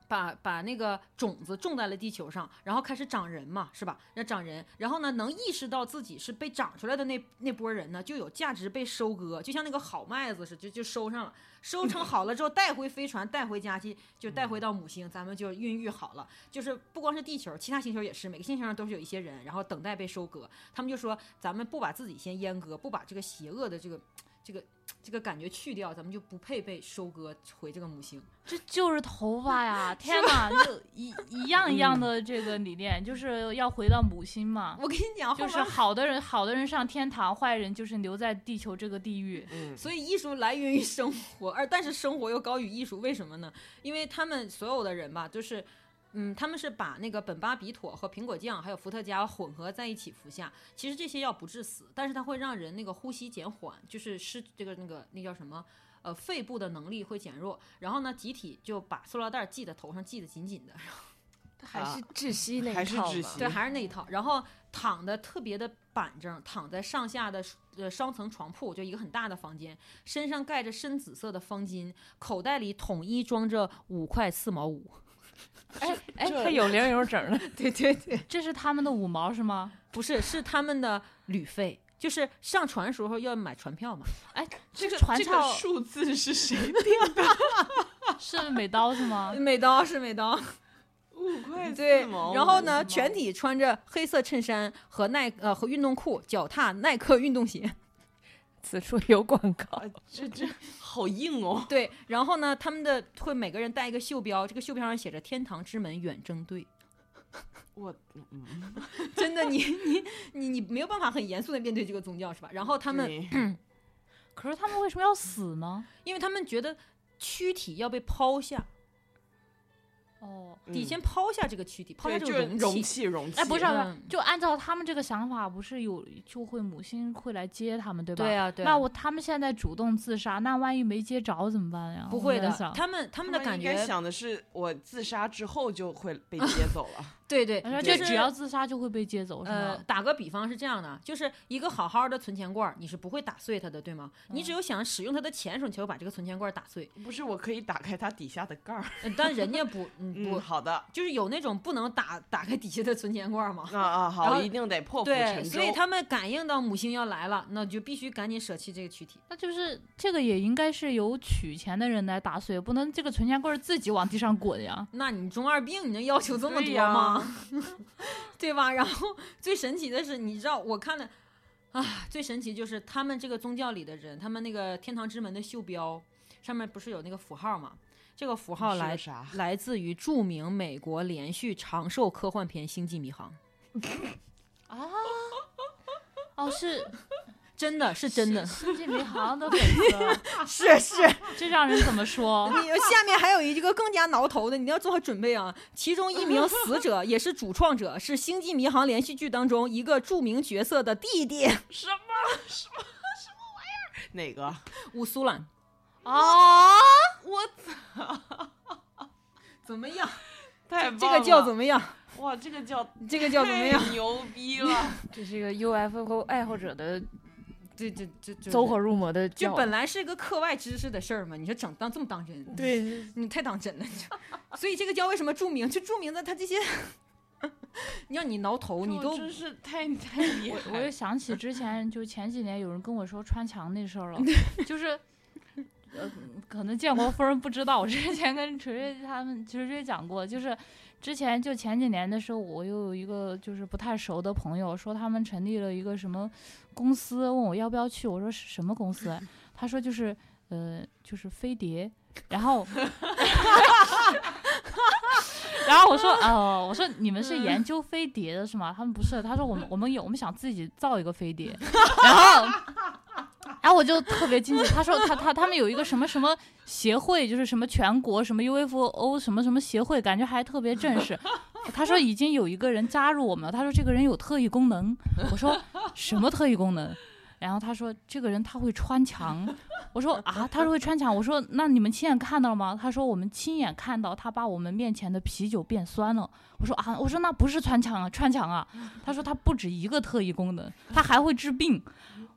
把把那个种子种在了地球上，然后开始长人嘛，是吧？要长人，然后呢，能意识到自己是被长出来的那那波人呢，就有价值被收割，就像那个好麦子似的，就就收上了，收成好了之后带回飞船，带回家去，就带回到母星，咱们就孕育好了。就是不光是地球，其他星球也是，每个星球上都是有一些人，然后等待被收割。他们就说，咱们不把自己先阉割，不把这个邪恶的这个这个这个感觉去掉，咱们就不配被收割回这个母星。
这就是头发呀！天哪，就一一样一样的这个理念，就是要回到母星嘛。
我跟你讲，后
啊就
面
是嗯好的人，好的人上天堂，坏人就是留在地球这个地狱。
嗯，
所以艺术来源于生活，而但是生活又高于艺术，为什么呢？因为他们所有的人吧，就是。嗯，他们是把那个本巴比妥和苹果酱还有伏特加混合在一起服下。其实这些药不致死，但是它会让人那个呼吸减缓，就是失这个那个那叫什么，呃，肺部的能力会减弱。然后呢，集体就把塑料袋系在头上，系得紧紧的，
啊还是窒息那
还
一
是
套
窒
吧
息
对，还是那一套。然后躺的特别的板正，躺在上下的呃双层床铺，就一个很大的房间，身上盖着深紫色的方巾，口袋里统一装着五块四毛五。
哎哎，
这
它有零有整的，
对对对，
这是他们的五毛是吗？
不是，是他们的旅费。就是上船的时候要买船票嘛，
这
个
船
这
票
个数字是谁
是美刀是吗？
美刀是美刀，
五块
对，
四毛
然后呢，
五
全体穿着黑色衬衫和耐呃和运动裤，脚踏耐克运动鞋，
此处有广告
啊， 这这好硬哦！
对，然后呢，他们的会每个人带一个袖标，这个袖标上写着“天堂之门远征队”，
我嗯，
真的，你你你你没有办法很严肃的面对这个宗教是吧？然后他们，
对
可是他们为什么要死呢？
因为他们觉得躯体要被抛下，
哦，
得先抛下这个躯体，抛下
嗯对，
这
就
个
是
容
容
器。
器容器，
哎，不是啊，不是
嗯
就按照他们这个想法，不是有就会母星会来接他们，对吧？
对啊，对啊
那我他们现在主动自杀，那万一没接着怎么办呀？
不
我
会
在
的
想，
他们他
他
们的感
应该
觉，
想的是我自杀之后就会 被接走了，
对对
我说，
就
这
对
只
是
要自杀就会被接走，是
呃，
吗？
打个比方是这样的，就是一个好好的存钱罐儿，你是不会打碎它的，对吗？你
嗯
只有想使用它的钱的时候，你才会把这个存钱罐儿打碎。
不是？我可以打开它底下的盖儿。
呃但人家不，嗯，
嗯，
不，
好 的，
就是有那种不能打打开底下的存钱罐儿吗？
啊啊，
然后
好，一定得破釜
对，
沉舟。
所以他们感应到母星要来了，那就必须赶紧舍弃这个躯体。
那就是这个也应该是由取钱的人来打碎，不能这个存钱罐儿自己往地上滚呀。
那你中二病，你能要求这么
对
多
呀
吗？ 对吧？然后最神奇的是，你知道我看了啊，最神奇就是他们这个宗教里的人，他们那个天堂之门的袖标上面不是有那个符号吗？这个符号
是个
来
啥？
来自于著名美国连续长寿科幻片《星际迷航》，
啊，哦， 是
真的是真的。
星际迷航的粉丝，
是是，
这让人怎么 说？
你下面还有一个更加挠头的，你要做好准备啊！其中一名死者也是主创者，是《星际迷航》连续剧当中一个著名角色的弟弟
什么什么什么玩意儿？哪个？
乌苏兰。哦
啊，
怎么样？
太
这个叫怎
么？
么 样？
哇，这个 叫
这个叫怎么 样？
太牛逼了！
这是一个 UFO 爱好者的
这这这这
走火入魔的
就
教
本来是个课外知识的事儿嘛，你说整当这么当真？，
对，
你太当真了。你这所以这个教为什么著名？就著名在他这些， 让你挠头，你
这
都
真是太太厉害
我我
了
又想起之前就前几年有人跟我说穿墙那事儿了，就是。呃，可能建国夫人不知道，我之前跟锤锤他们锤锤讲过，就是之前就前几年的时候，我又有一个就是不太熟的朋友说他们成立了一个什么公司，问我要不要去，我说是什么公司啊？他说就是呃就是飞碟，然后 然后我说，呃，我说你们是研究飞碟的是吗？他们不是，他说我们我们有，我们想自己造一个飞碟，然后。然后我就特别惊喜，他说他他他们有一个什么什么协会，就是什么全国什么 UFO 什么什么协会，感觉还特别正式。他说已经有一个人加入我们了，他说这个人有特异功能，我说什么特异功能？然后他说这个人他会穿墙，我说啊，他说会穿墙，我说那你们亲眼看到了吗？他说我们亲眼看到他把我们面前的啤酒变酸了。我说啊，我说那不是穿墙啊，穿墙啊。他说他不止一个特异功能，他还会治病。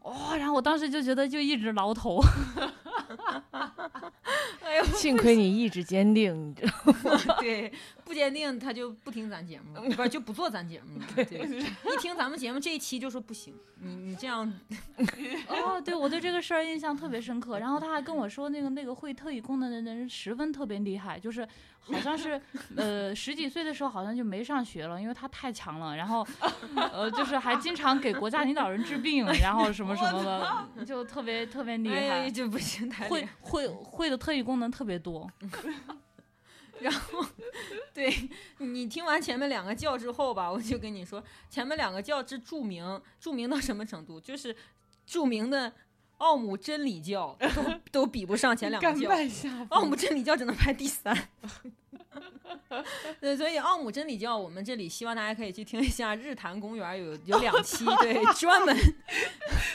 哦，然后我当时就觉得就一直挠头，
哎呦，
幸亏你意志坚定，你知道
对，不坚定他就不听咱节目，不是就不做咱节目了。 对，一听咱们节目这一期就说不行，你你这样
哦，对，我对这个事儿印象特别深刻。然后他还跟我说，那个那个会特异功能的人十分特别厉害，就是好像是呃十几岁的时候好像就没上学了，因为他太强了。然后呃就是还经常给国家领导人治病，然后什么什么的，就特别特别厉
哎
害，
就不行，太厉
会
害
会会的特异功能特别多。
然后， 对你听完前面两个教之后吧，我就跟你说，前面两个教之著名，著名到什么程度？就是著名的奥姆真理教都 都比不上前两
甘
个教。
拜 下
奥
风。
姆真理教只能排第三。 对，所以奥姆真理教，我们这里希望大家可以去听一下日坛公园有有两期，对，专门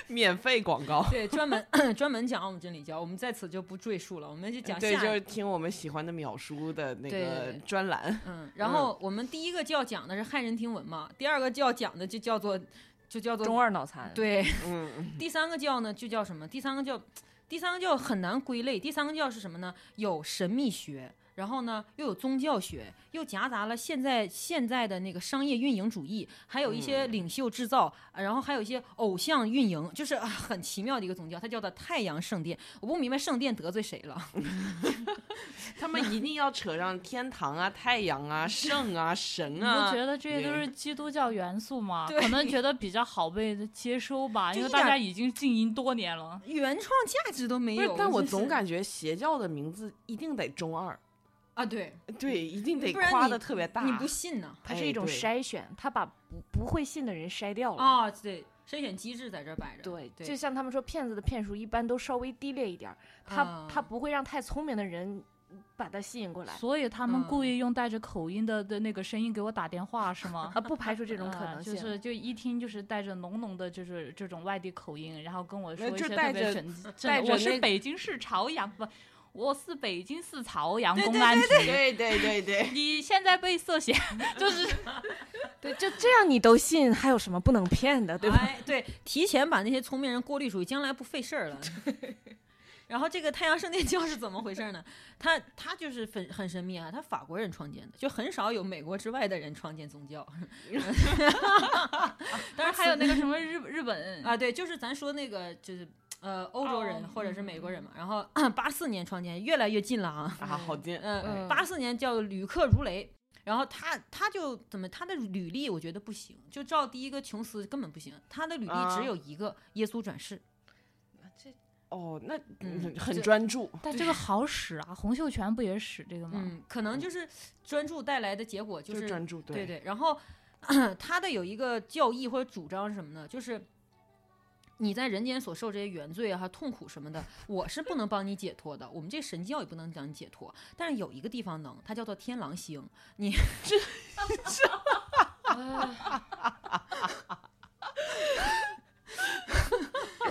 免费广告。
对专门 专门讲奥姆真理教，我们在此就不赘述了，我们就讲下
对，
一
就
个
是听我们喜欢的秒叔的那
对
个
对对
专栏，
嗯，然后我们第一个教讲的是骇人听闻嘛，第二个教讲的就叫做就叫做
中二脑残，，
对，
嗯，
第三个教呢就叫什么？第三个教，第三个教很难归类。第三个教是什么呢？有神秘学，然后呢又有宗教学，又夹杂了现在现在的那个商业运营主义，还有一
嗯
些领袖制造，呃然后还有一些偶像运营，就是 啊很奇妙的一个宗教，它叫做太阳圣殿。我不明白圣殿得罪谁了。
他们一定要扯上天堂啊、太阳 啊、圣啊、神
你
啊
不，觉得这些都
对
是基督教元素吗？
对
可能觉得比较好被接收吧，
就
因为
一
大
点
家已经静音多年了。
原创价值都没
不是
有，，
但我
就是
总感觉邪教的名字一定得中二，
啊，对，
对，一定得
不然
夸
你
的特别大。
你不信呢？
它是一种
哎对
筛选，它把不不会信的人筛掉了。
啊，对，筛选机制在这儿摆着。
对，
对
就像他们说，骗子的骗术一般都稍微低劣一点儿，他、
啊
他不会让太聪明的人把他吸引过来
所以他们
嗯
故意用带着口音的的那个声音给我打电话是吗？
啊，不排除 这
这
种可能性。
就是就一听就是带着浓浓的就是这种外地口音，然后跟我说
呃
一
就
些
带
特别
着
神
带
真
着
的，我
那
是
个
北京市朝阳不，我是北京市朝阳
对
公
对
安局。
对对 对对，
你现在被涉嫌，就是
对，就这样你都信，还有什么不能骗的，对吧？
哎，对，提前把那些聪明人过滤出去，将来不费事儿了。 然后这个太阳圣殿教是怎么回事呢？他他就是很很神秘啊，他法国人创建的，就很少有美国之外的人创建宗教。当然
还有那个什么日日本
啊，对，就是咱说那个就是呃欧洲人
哦
或者是美国人嘛。然后 八四年创建，越来越近了啊。
啊，好近，
嗯，
嗯
八四年叫旅客如雷，然后他他就怎么他的履历我觉得不行，就照第一个琼斯根本不行，他的履历
啊
只有一个耶稣转世，
哦，那
嗯
嗯很
这
专注，
但这个好使啊，洪秀全不也使这个吗？
嗯，可能就是专注带来的结果就是
是专注，
对
对，
对，然后 他的有一个教义或者主张是什么呢？就是。你在人间所受这些原罪啊、痛苦什么的，我是不能帮你解脱的。我们这神教也不能帮你解脱，但是有一个地方能，它叫做天狼星。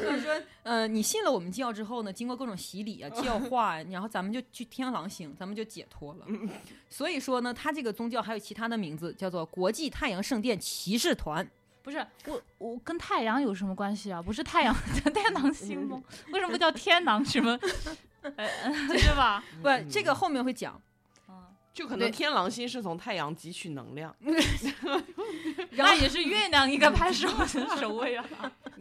就是说，呃，你信了我们教之后呢，经过各种洗礼啊、教化、啊，然后咱们就去天狼星，咱们就解脱了。
嗯
所以说呢，他这个宗教还有其他的名字，叫做国际太阳圣殿骑士团。
嗯
不是我我跟太阳有什么关系啊？不是太阳 天狼星吗？为什么不叫天狼什么？ 呃，对吧？
不，
嗯
这个后面会讲。
嗯，
就可
对
能天狼星是从太阳汲取能量，
然后
那也是月亮应该拍守守卫 啊。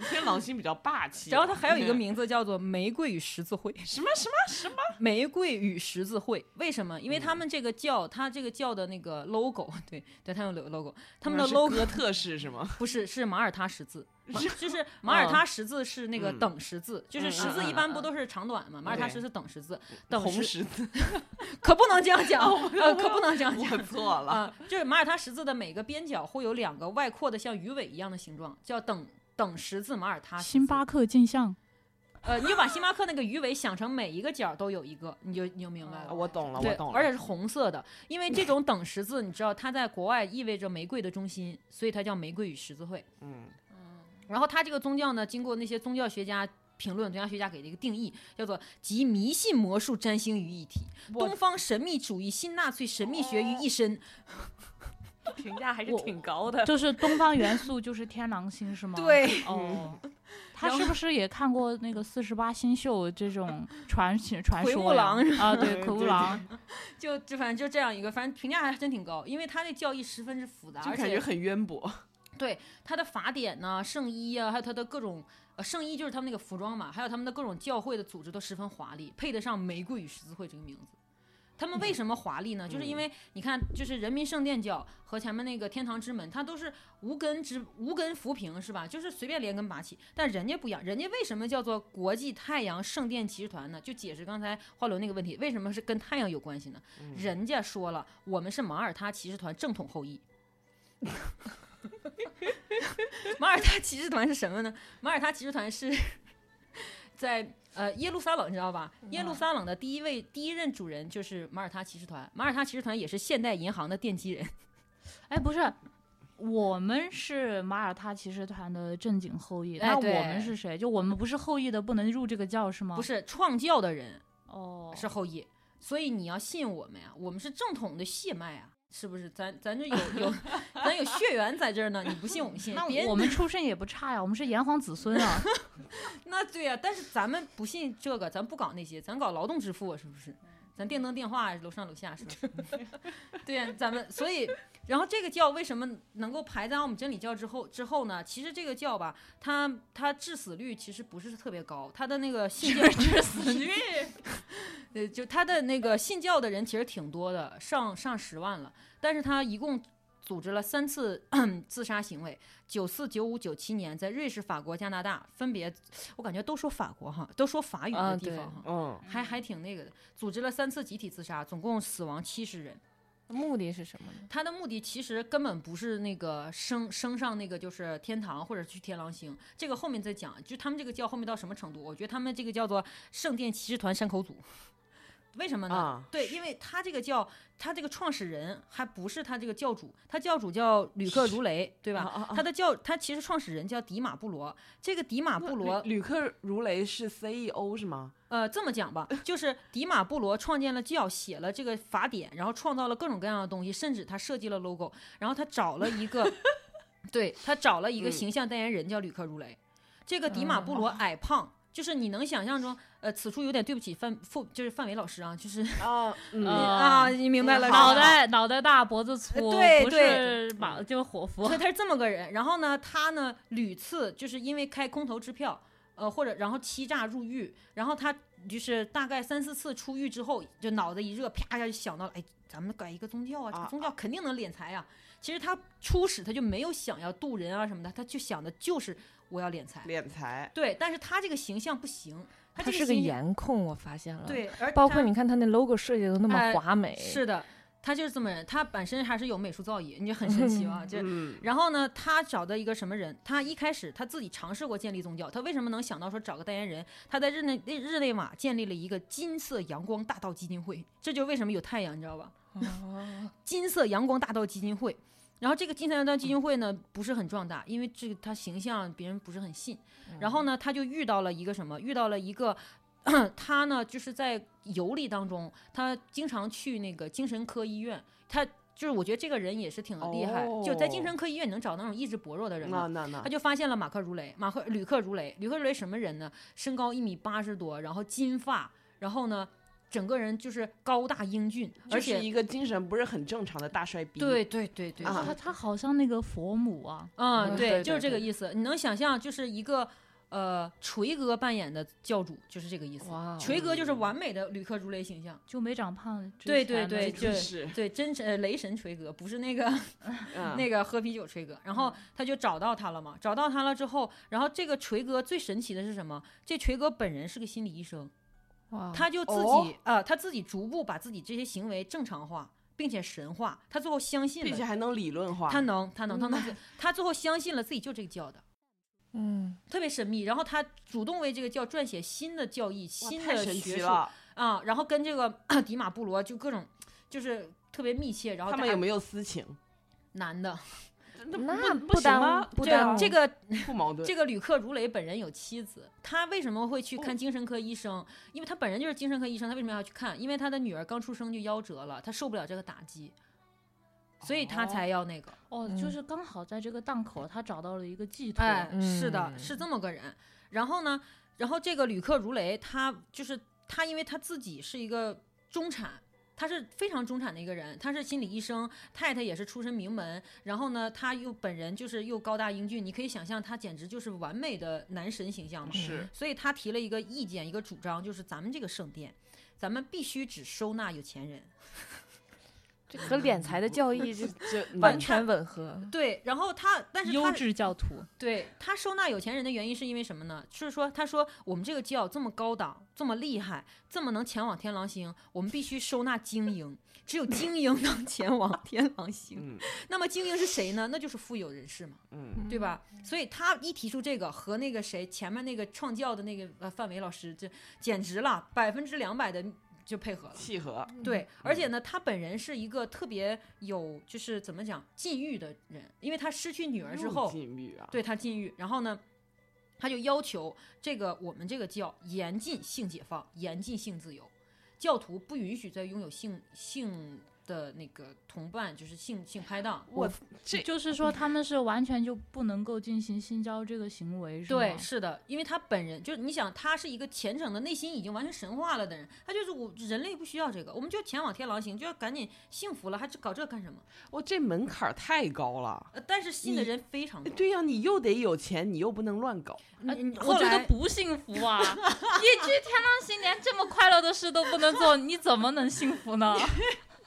天狼星比 较霸气
嗯
啊。
然后它还有一个名字叫做玫瑰与十字 会。
什么什么什么，
玫瑰与十字会，为什么？因为
嗯
他们这个教，他这个教的那个 logo，对对，他们有 logo，他们的
是
logo
哥特式是吗？
不是，是马耳他十 字，马就是马耳他十字是那个
哦嗯
等十字，就是十字
嗯嗯嗯
一般不都是长短嘛？马耳他
对
十字等十字， 等
红
十
十字，
可不能这样讲，呃， 可不能这样
哦我
讲。
错了，
啊、就是马耳他十字的每个边角会有两个外扩的像鱼尾一样的形状，叫等等十字马耳他十字。
星巴克镜像，
呃，你就把星巴克那个鱼尾想成每一个角都有一个，你就你就明白
啊
了。
我懂了，
嗯对
我，懂了，
而且是红色的，因为这种等十字，你知道它在国外意味着玫瑰的中心，所以它叫玫瑰与十字会。
嗯，
然后它这个宗教呢，经过那些宗教学家评论，宗教学家给的一个定义，叫做集迷信、魔术、占星于一体，
我
东方神秘主义、新纳粹神秘学于一身。
评价还是
我
挺高的。
就是东方元素就是天狼星是吗？
对，
哦，他是不是也看过那个四十八星宿这种传奇传
奎
说
木
呀
狼是
啊？ 对，
嗯
奎木
对
狼，
就就反正就这样一个，反正评价还真挺高，因为他这教义十分之复杂，
就
而
感觉
且
很渊博。
他的法典呐、圣衣啊，还有他的各种呃圣衣就是他们那个服装嘛，还有他们的各种教会的组织都十分华丽，配得上“玫瑰与十字会”这个名字。他们为
嗯
什么华丽呢？就是因为你看，就是人民圣殿教和前面那个天堂之门，它都是无根之无根浮萍，是吧？就是随便连根拔起。但人家不一样，人家为什么叫做国际太阳圣殿骑士团呢？就解释刚才花轮那个问题，为什么是跟太阳有关系呢？
嗯
人家说了，我们是马耳他骑士团正统后裔。 马耳他骑士团是什么呢？马耳他骑士团是在呃耶路撒冷，你知道吧？耶路撒冷的第一位第一任主人就是马耳他骑士团，马耳他骑士团也是现代银行的奠基人。
哎，不是，我们是马耳他骑士团的正经后裔，
哎
那我
对
们是谁？就我们不是后裔的，不能入这个教是吗？
不，是创教的人
哦，
是后裔，所以你要信我们呀，我们是正统的血脉啊，是不是？咱咱这有有 咱有血缘在这儿呢，你不信我们信，别
那
人
我们出身也不差呀，我们是炎黄子孙啊。
那对呀、但是咱们不信这个，咱不搞那些，咱搞劳动致富，是不是？咱电灯电话，楼上楼下，是不是？ 对呀、咱们所以，然后这个教为什么能够排在我们真理教之后之后呢？其实这个教吧，它它致死率其实不是特别高，它的那个信教致死 率，对，就它的那个信教的人其实挺多的，上上十万了，但是它一共。组织了三次 自杀行为，九四、九五、九七年在瑞士、法国、加拿大分别我感觉都说法国哈，都说法语的
啊
地
对
方哈，
嗯，
还还挺那个的。组织了三次集体自杀，总共死亡七十人。
目的是什么呢？
他的目的其实根本不是那个升升上那个就是天堂或者去天狼星，这个后面再讲。就他们这个教后面到什么程度？我觉得他们这个叫做圣殿骑士团山口组， 为什么呢？
啊
对，因为他这个教，他这个创始人还不是他这个教主，他教主叫吕克如雷，对吧？
啊啊啊
他的教他其实创始人叫迪马布罗，这个迪马布罗
吕克如雷是
E
CEO 是吗？
呃，这么讲吧，就是迪马布罗创建了教，写了这个法典，然后创造了各种各样的东西，甚至他设计了 logo，然后他找了一 个，对他找了一个
嗯
形象代言人叫吕克·如雷。这个迪马布罗矮胖，就是你能想象中，呃，此处有点对不起范范，就是范伟老师啊，就是、
啊，
呃
嗯，
啊，你明白了，
嗯
是吧
脑袋脑袋大，脖子粗，
呃对
不
对
是马就活 佛
所以。他是这么个人。然后呢，他呢屡次就是因为开空头支票，呃，或者然后欺诈入狱，然后他就是大概三四次出狱之后，就脑子一热，啪一下就想到了，哎，咱们改一个宗教啊，这个
啊
宗教肯定能敛财啊。其实他初始他就没有想要渡人啊什么的，他就想的就是我要敛财。
敛财，
对，但是他这个形象不行，他
他
这
是个
形象
颜控，我发现了。，
对，而
包
他
括你看他那 logo 设计的那么
哎
华美，
是 的，他就是这么人，他本身还是有美术造诣，你就很 神奇啊，就
嗯，
然后呢，他找的一个什么人？他一开始他自己尝试过建立宗教，他为什么能想到说找个代言人？他在日内日内瓦建立了一个金色阳光大道基金会，这就是为什么有太阳，你知道吧？
哦
金色阳光大道基金会。然后这个金色阳光基金会呢不是很壮大，因为这个他形象别人不是很信。
嗯
然后呢，他就遇到了一个什么？遇到了一个。 他呢，就是在游历当中，他经常去那个精神科医院。他就是，我觉得这个人也是挺厉害，就在精神科医院你能找到那种意志薄弱的人
那
吗？
哦那那
他，就发现了马克·如雷，马克吕克·如雷，吕克·如雷什么人呢？身高一米八十多，然后金发，然后呢，整个人就是高大英俊，而
就是
且
一个精神不是很正常的大帅逼，
对对对对，
啊
他他好像那个佛母啊，
嗯，
嗯
对，
对
就是
对
这个
对
意思。你能想象，就是一个呃，锤哥扮演的教主，就是这个意思。
哇哦，
锤哥就是完美的吕克如雷形象，
就没长胖之
对
前
对
的那
对就
种
是，
对，真神呃雷神锤哥，不是那个
嗯
那个喝啤酒锤哥。然后他就找到他了嘛，找到他了之后，然后这个锤哥最神奇的是什么？这锤哥本人是个心理医生，
哇，
他就自
哦
己啊，他自己逐步把自己这些行为正常化，并且神化，他最后相信
并且嗯
了，
还能理论化，
他能，他能，他能，他最后相信了自己就这个教的。
嗯，
特别神秘，然后他主动为这个教撰写新的教义、
哇
新
太
的
神
学
奇
术
了。
啊，然后跟这个 迪马布罗就各种就是特别密切，然后
他们
大
有没有私情？
男的，
那
不行
耽
吗
误，不
这
耽误
这个
不矛盾。
这个吕克如雷本人有妻子，他为什么会去看
哦
精神科医生？因为他本人就是精神科医生，他为什么要去看？因为他的女儿刚出生就夭折了，他受不了这个打击。所以他才要那个。
哦，
嗯
就是刚好在这个档口，他找到了一个寄托。
哎，是的，
嗯
是这么个人。然后呢，然后这个吕克如雷，他就是他，因为他自己是一个中产。他是非常中产的一个人，他是心理医生，太太也是出身名门，然后呢，他又本人就是又高大英俊，你可以想象他简直就是完美的男神形象嘛。
哦是
所以他提了一个意见，一个主张，就是咱们这个圣殿，咱们必须只收纳有钱人。
这和敛财的教义
嗯
这
这
完全吻合。
对，然后他，但是他
优质教徒，
对他收纳有钱人的原因是因为什么呢？是说他说我们这个教这么高档，这么厉害，这么能前往天狼星，我们必须收纳精英，只有精英 能前往天狼星。
嗯
那么精英是谁呢？那就是富有人士嘛，
嗯
对吧？所以他一提出这个和那个谁前面那个创教的那个呃范伟老师，这简直了，百分之两百的就配合了。
契合，
嗯
对，而且呢，他本人是一个特别有，就是怎么讲禁欲的人，因为他失去女儿之后，
禁欲啊，
对他禁欲，然后呢，他就要求这个我们这个教严禁性解放，严禁性自由，教徒不允许再拥有性性的那个同伴，就是性性拍档。
我这
就是说他们是完全就不能够进行性交这个行为，是吗？
对，是的，因为他本人就是你想，他是一个虔诚的，内心已经完全神化了的人，他就是我人类不需要这个，我们就前往天狼星，就要赶紧幸福了，还搞这干什么？
我这门槛儿太高了。
呃，但是信的
你
人非常多。
对呀、你又得有钱，你又不能乱搞。
哎
嗯后
我觉得
来
不幸福啊！你去天狼星连这么快乐的事都不能做，你怎么能幸福呢？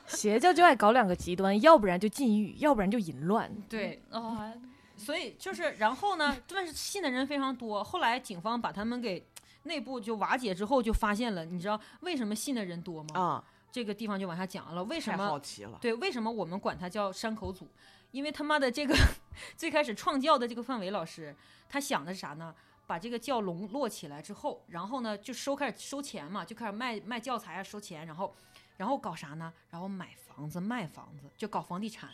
邪教就爱搞两个极端，要不然就禁欲，要不然就淫乱。
对，
哦，
所以就是，然后呢，但是信的人非常多。后来警方把他们给内部就瓦解之后，就发现了，你知道为什么信的人多吗？
啊，
这个地方就往下讲了，为什
太好
么？
奇了。
对，为什么我们管他叫山口组？因为他妈的这个 最开始创教的这个范伟老师，他想的是啥呢？把这个教笼络起来之后，然后呢就收开始收钱嘛，就开始卖卖教材啊，收钱，然后然后搞啥呢？然后买房子卖房子，就搞房地产，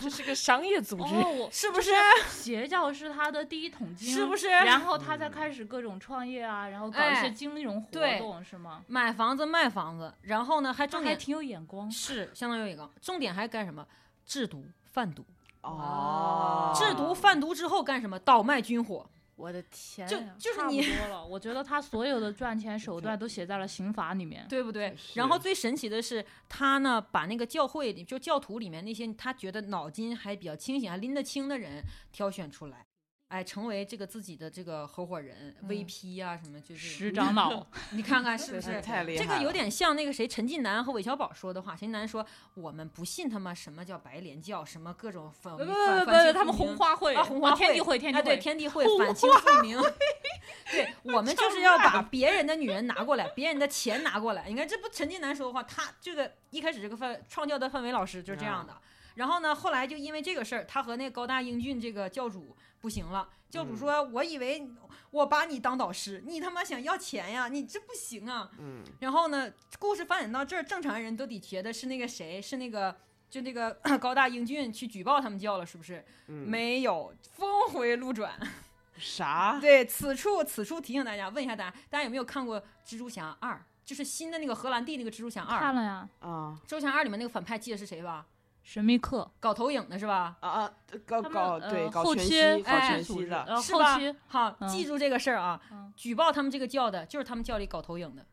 这是个商业组织，
哦，我
是不是？
邪教是他的第一桶金，
是不是？
然后他再开始各种创业啊，然后搞一
哎
些金融活
对
动，是吗？
买房子卖房子，然后呢还
他
重
还
点
挺有眼光，
是相当于一个重点还干什么？制毒贩毒，
哦，
制毒贩毒之后干什么？倒卖军火，
我的天
就
哎呀！
就是
差不
你
多了。我觉得他所有的赚钱手段都写在了刑法里面。
对不对？
是
然后最神奇的是，他呢把那个教会里就教徒里面那些他觉得脑筋还比较清醒、还拎得清的人挑选出来，哎，成为这个自己的这个合伙人、
嗯
VP 啊什么，就是
师长 脑，
你看看是不是
太？太厉害
这
了？
个有点像那个谁陈近南和韦小宝说的话。陈近南说：“我们不信他妈什么叫白莲教，什么各种反
不不
反
不
反
不，
清
他们
复
红
明
花会，
啊红花会
天地会，天地
啊，对，
会，
天地会反清复明。对我们就是要把别人的女人拿过来，别人的钱拿过来。你看，这不陈近南说的话，他这个一开始这个范创教的范伟老师就是这样的。
啊
然后呢，后来就因为这个事儿，他和那个高大英俊这个教主不行了。教
嗯
主说：“我以为我把你当导师，你他妈想要钱呀？你这不行啊！”
嗯，
然后呢，故事发展到这儿，正常人都得觉得是那个谁，是那个就那个 高大英俊去举报他们教了，是不是？
嗯
没有，峰回路转。
啥？
对，此处此处提醒大家，问一下大家，大家有没有看过《蜘蛛侠二》？就是新的那个荷兰弟那个蜘蛛侠二，
看
《
了呀，
啊
蜘蛛侠二》里面那个反派记得是谁吧？
神秘客，
搞投影的是吧？
啊啊！搞
他们
搞
呃
对，搞
后
全
期
息，搞
哎
全
组
息
织
的，
呃
是
后
吧
期
好，
嗯
记住这个事儿啊！
嗯
举报他们这个教的，就是他们教里搞投影的，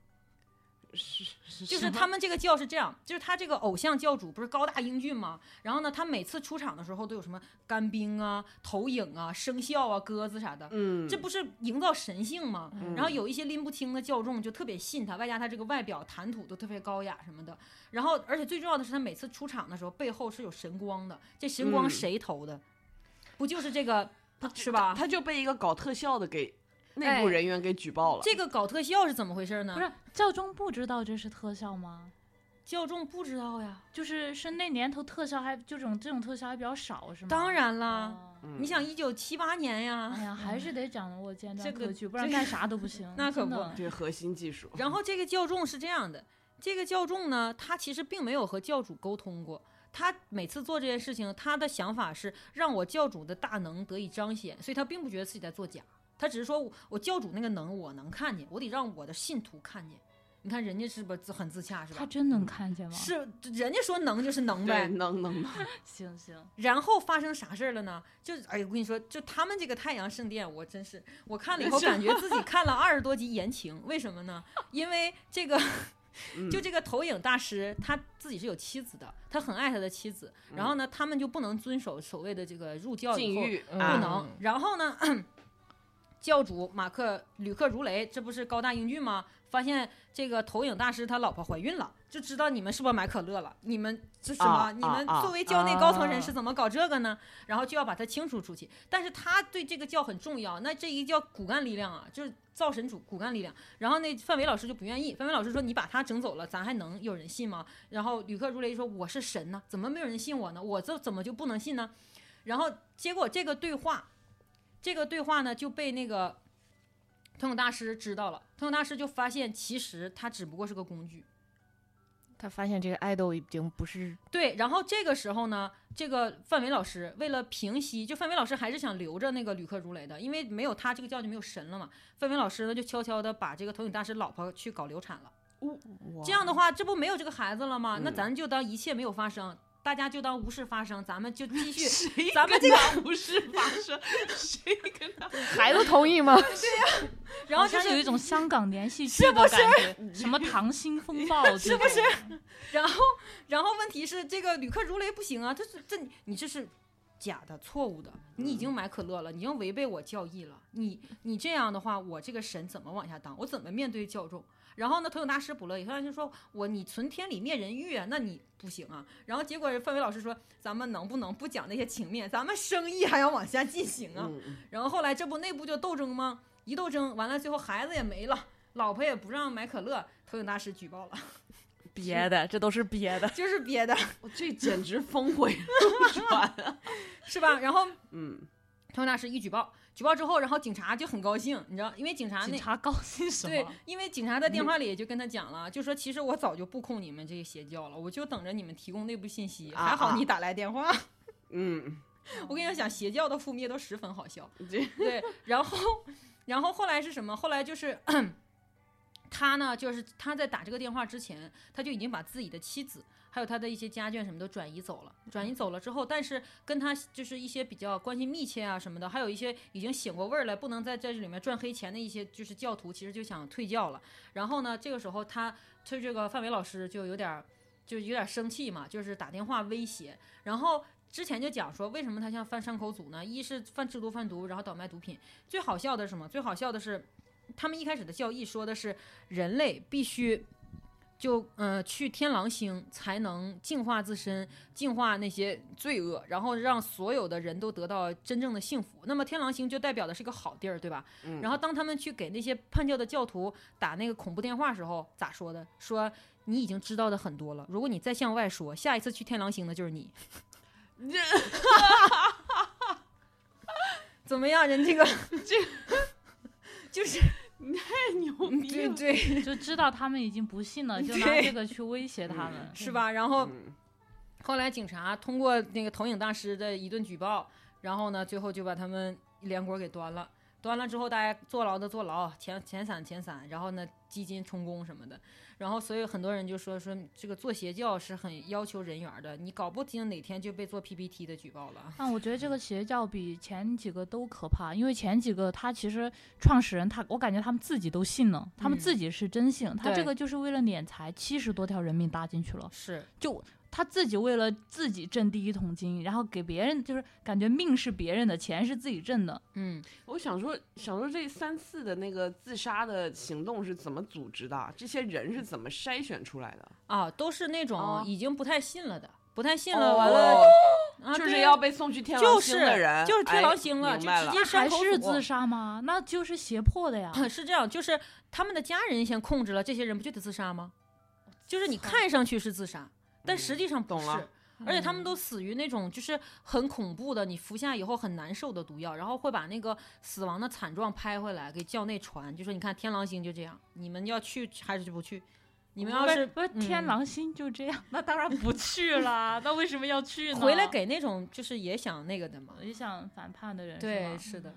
是是
就是
是
他们这个教是这样，就是他这个偶像教主不是高大英俊吗？然后呢，他每次出场的时候都有什么干冰啊、投影啊、生肖啊、鸽子啥的，
嗯，
这不是营造神性吗？
嗯
然后有一些拎不清的教众就特别信他，外加他这个外表谈吐都特别高雅什么的。然后，而且最重要的是，他每次出场的时候背后是有神光的，这神光
嗯
谁投的？不就是这个是
他
吧？
他就被一个搞特效的给内部人员给举报了。
哎这个搞特效是怎么回事呢？
不是教宗不知道这是特效吗？
教众不知道呀。
就是是那年头特效还这种这种特效还比较少是吗？
当然啦，
哦
嗯
你想一九七八年呀，
哎 呀，还是得掌握尖端
这个
科技，不然干啥都不 行。
那可
真
不
的
这是核心技术，
然后这个教众是这样的，这个教众呢，他其实并没有和教主沟通过。他每次做这件事情，他的想法是让我教主的大能得以彰显，所以他并不觉得自己在作假，他只是说我我教主那个能我能看见，我得让我的信徒看见。你看人家是不自很自洽是
他
吧？
真能看见吗？
是人家说能就是能呗
对，，能能能，
行行，
然后发生啥事儿了呢？就哎呀，我跟你说，就他们这个太阳圣殿，我真是我看了以后感觉自己看了二十多集言情，为什么呢？因为这个
嗯
就这个投影大师他自己是有妻子的，他很爱他的妻子，然后呢，他们就不能遵守所谓的这个入教以
嗯禁
后
欲
嗯
不
啊，
能。然后呢，教主马克吕克如雷，这不是高大英俊吗？发现这个投影大师他老婆怀孕了，就知道你们是不是买可乐了？你们这什么？
啊
你们
啊
作为教内高层人
啊
士怎么搞这个呢？然后就要把他清除出去。但是他对这个教很重要，那这一叫骨干力量啊，就是造神主骨干力量。然后那范伟老师就不愿意，范伟老师说：“你把他整走了，咱还能有人信吗？”然后吕克如雷说：“我是神呢、怎么没有人信我呢？我这怎么就不能信呢？”然后结果这个对话，这个对话呢就被那个腾影大师知道了。腾影大师就发现，其实他只不过是个工具。
他发现这个爱豆已经不是
对，然后这个时候呢，这个范伟老师为了平息，就范伟老师还是想留着那个吕克如雷的，因为没有他这个教就没有神了嘛。范伟老师呢就悄悄的把这个投影大师老婆去搞流产了。这样的话，这不没有这个孩子了吗？那
嗯
咱就当一切没有发生，大家就当无事发生，咱们就 继续
谁
咱们这
跟
个
他无事发 生，谁跟
嗯
他
孩子同意吗？
然后就
好像有
是
一种香港连续剧的感 觉，什么《溏心风 暴》是不是？
然后，然后问题是这个旅客如雷不行啊，这是这你这是假的、错误的，你已经买可乐了，你已经违背我教义了，你你这样的话，我这个神怎么往下当？我怎么面对教众？然后呢，投影大师不乐意，他就说我你存天理灭人欲啊，那你不行啊。然后结果范伟老师说，咱们能不能不讲那些情面，咱们生意还要往下进行啊？
嗯嗯
然后后来这不内部就斗争吗？一斗争完了，最后孩子也没了，老婆也不让买可乐，投影大师举报了，
憋的，这都是憋的。
就是憋的，
我这简直峰回路转，
是吧？然后
嗯，
投影大师一举报，举报之后，然后警察就很高兴，你知道，因为警察
警
那
察高兴什
对
么？，
因为警察在电话里也就跟他讲了，就说其实我早就不控你们这些邪教了，我就等着你们提供内部信息。
啊
还好
啊
你打来电话，
嗯，
我跟你讲，邪教的覆灭都十分好笑。
这
对，然后，然后后来是什么？后来就是。他呢，就是他在打这个电话之前，他就已经把自己的妻子，还有他的一些家眷什么都转移走了。转移走了之后，但是跟他就是一些比较关系密切啊什么的，还有一些已经醒过味儿来，不能再在这里面赚黑钱的一些就是教徒，其实就想退教了。然后呢，这个时候他就这个范伟老师就有点儿就有点儿生气嘛，就是打电话威胁。然后之前就讲说，为什么他像犯山口组呢？一是贩制毒贩毒，然后倒卖毒品。最好笑的是什么？最好笑的是，他们一开始的教义说的是人类必须。就呃去天狼星才能净化自身，净化那些罪恶，然后让所有的人都得到真正的幸福。那么天狼星就代表的是个好地儿，对吧？
嗯
然后当他们去给那些叛教的教徒打那个恐怖电话时候，咋说的？说你已经知道的很多了，如果你再向外说，下一次去天狼星的就是你。怎么样？人这 个这个 就是嗯
太牛逼
对
了，
对
嗯就知道他们已经不信 了，就拿
对
这个去威胁他 们，
是？吧？然后
嗯
后来警察通过那个投影大师的一顿举报，然后呢，最后就把他们一连锅给端了。端了之后，大家坐牢的坐牢，遣遣散遣散，然后呢，基金充公什么的，然后所以很多人就说说这个做邪教是很要求人缘的，你搞不清哪天就被做 PPT 的举报了。
但我觉得这个邪教比前几个都可怕，因为前几个他其实创始人他，我感觉他们自己都信了，他们
嗯
自己是真信，他
对
这个就是为了敛财，七十多条人命搭进去了，
是，
就他自己为了自己挣第一桶金，然后给别人就是感觉命是别人的，钱是自己挣的，
嗯，
我想说，想说这三次的那个自杀的行动是怎么组织的？啊这些人是怎么筛选出来的？
啊，都是那种
哦
已经不太信了的，不太信
哦
了，完了、啊，
就
对
是
呀
要被送去天狼
就是
星的人，
就是天狼
哎
星了，
明
就
白
直
了。
接
啊还
山口
是
组
自杀吗？那就是胁迫 的呀。
嗯是这样，就是他们的家人先控制了，这些人不就得自杀吗？就是你
操
看上去是自杀，但实际上不
嗯懂
是。
了
嗯
而且他们都死于那种就是很恐怖的，你服下以后很难受的毒药，然后会把那个死亡的惨状拍回来给教内传，就说你看天狼星就这样，你们要去还是不去？你们要
不
是
不是天
嗯
狼星就这样，那当然不去啦。那为什么要去呢？
回来给那种就是也想那个的嘛
我。就想反叛的人，哦
对，
是嗯
是的，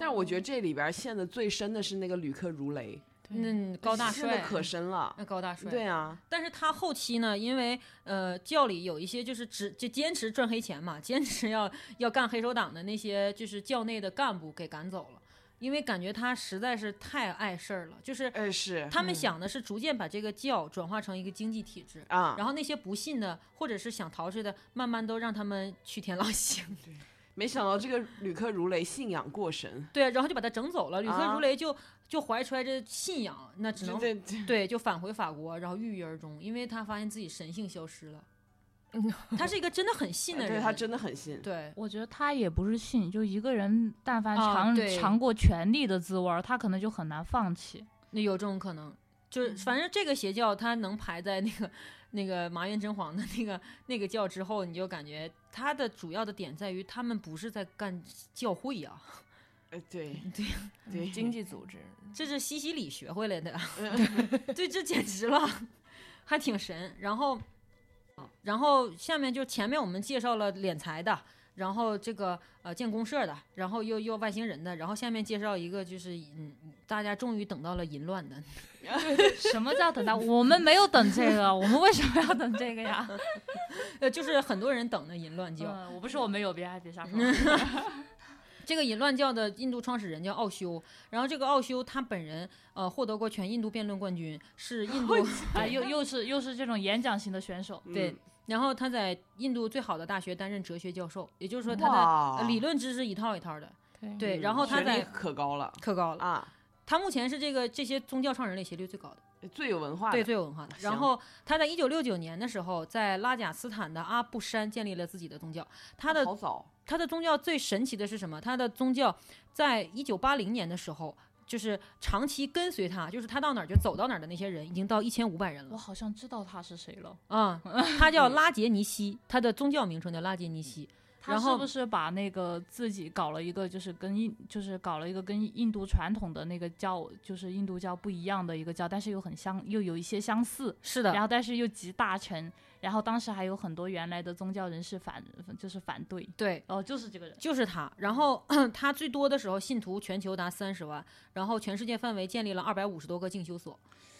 但我觉得这里边陷的最深的是那个吕克如雷，
得，
那高大
真的
帅
可深了。
那高大帅，
对啊，
但是他后期呢，因为呃教里有一些就是只就坚持赚黑钱嘛，坚持要要干黑手党的那些就是教内的干部给赶走了，因为感觉他实在是太碍事儿了，就是
呃是
他们
嗯
想的是逐渐把这个教转化成一个经济体制。
啊，
然后那些不信的，或者是想逃税的，慢慢都让他们去天狼星。
没想到这个旅客如雷，信仰过神，
对，啊然后就把他整走了。吕克
啊
如雷就就怀揣着信仰，那只能
对对
对，就返回法国，然后郁郁而终，因为他发现自己神性消失了。他是一个真的很信的
对
人，
他真的很信。
对
我觉得他也不是信，就一个人，但凡
啊
尝、
对
尝过权力的滋味儿，他可能就很难放 弃。
那有这种可能。就是反正这个邪教，它能排在那个那个麻原真皇的那个那个教之后，你就感觉它的主要的点在于，他们不是在干教会啊呀、
呃对
对
对，
嗯经济组织，
这是西西里学会来的， 对，这简直了，还挺神。然后，然后下面就前面我们介绍了敛财的，然后这个呃建公社的，然后又又外星人的，然后下面介绍一个就是嗯，大家终于等到了淫乱的，
什么叫等待？我们没有等这个，我们为什么要等这个呀？
呃，就是很多人等的淫乱教。
嗯，我不是我没有，别别 瞎说。
这个淫乱教的印度创始人叫奥修，然后这个奥修他本人呃获得过全印度辩论冠军，是印度
啊，又又是又是这种演讲型的选手，
嗯
对 然后他在印度最好的大学担任哲学教授，也就是说他的
哇
呃理论知识一套一套的，
对
对。
嗯
然后他
啊学历
在
可高了
可高了，
啊，
他目前是这个这些宗教创始人里学历最高的，
最有文化
对
的
最有文化的。
行
然后他在一九六九年的时候，在拉贾斯坦的阿布山建立了自己的宗教。他的
好早
他的宗教最神奇的是什么？他的宗教在一九八零年的时候。就是长期跟随他，就是他到哪儿就走到哪儿的那些人，已经到一千五百人
我
了。
好像知道他是谁了。
啊、他叫拉杰尼西，他的宗教名称叫拉杰尼西。
他
然
是
后
不是把那个自己搞了一个，就是跟印，就是搞了一个跟印度传统的那个教，就是印度教不一样的一个教，但是又很相，又有一些相似，
是的
然，后但是又集大成，然后当时还有很多原来的宗教人士反，就是反对，
对，
哦，就是这个人，
就是他。然后 他最多的时候，信徒全球达三十万，然后全世界范围建立了二百五十多个进修所。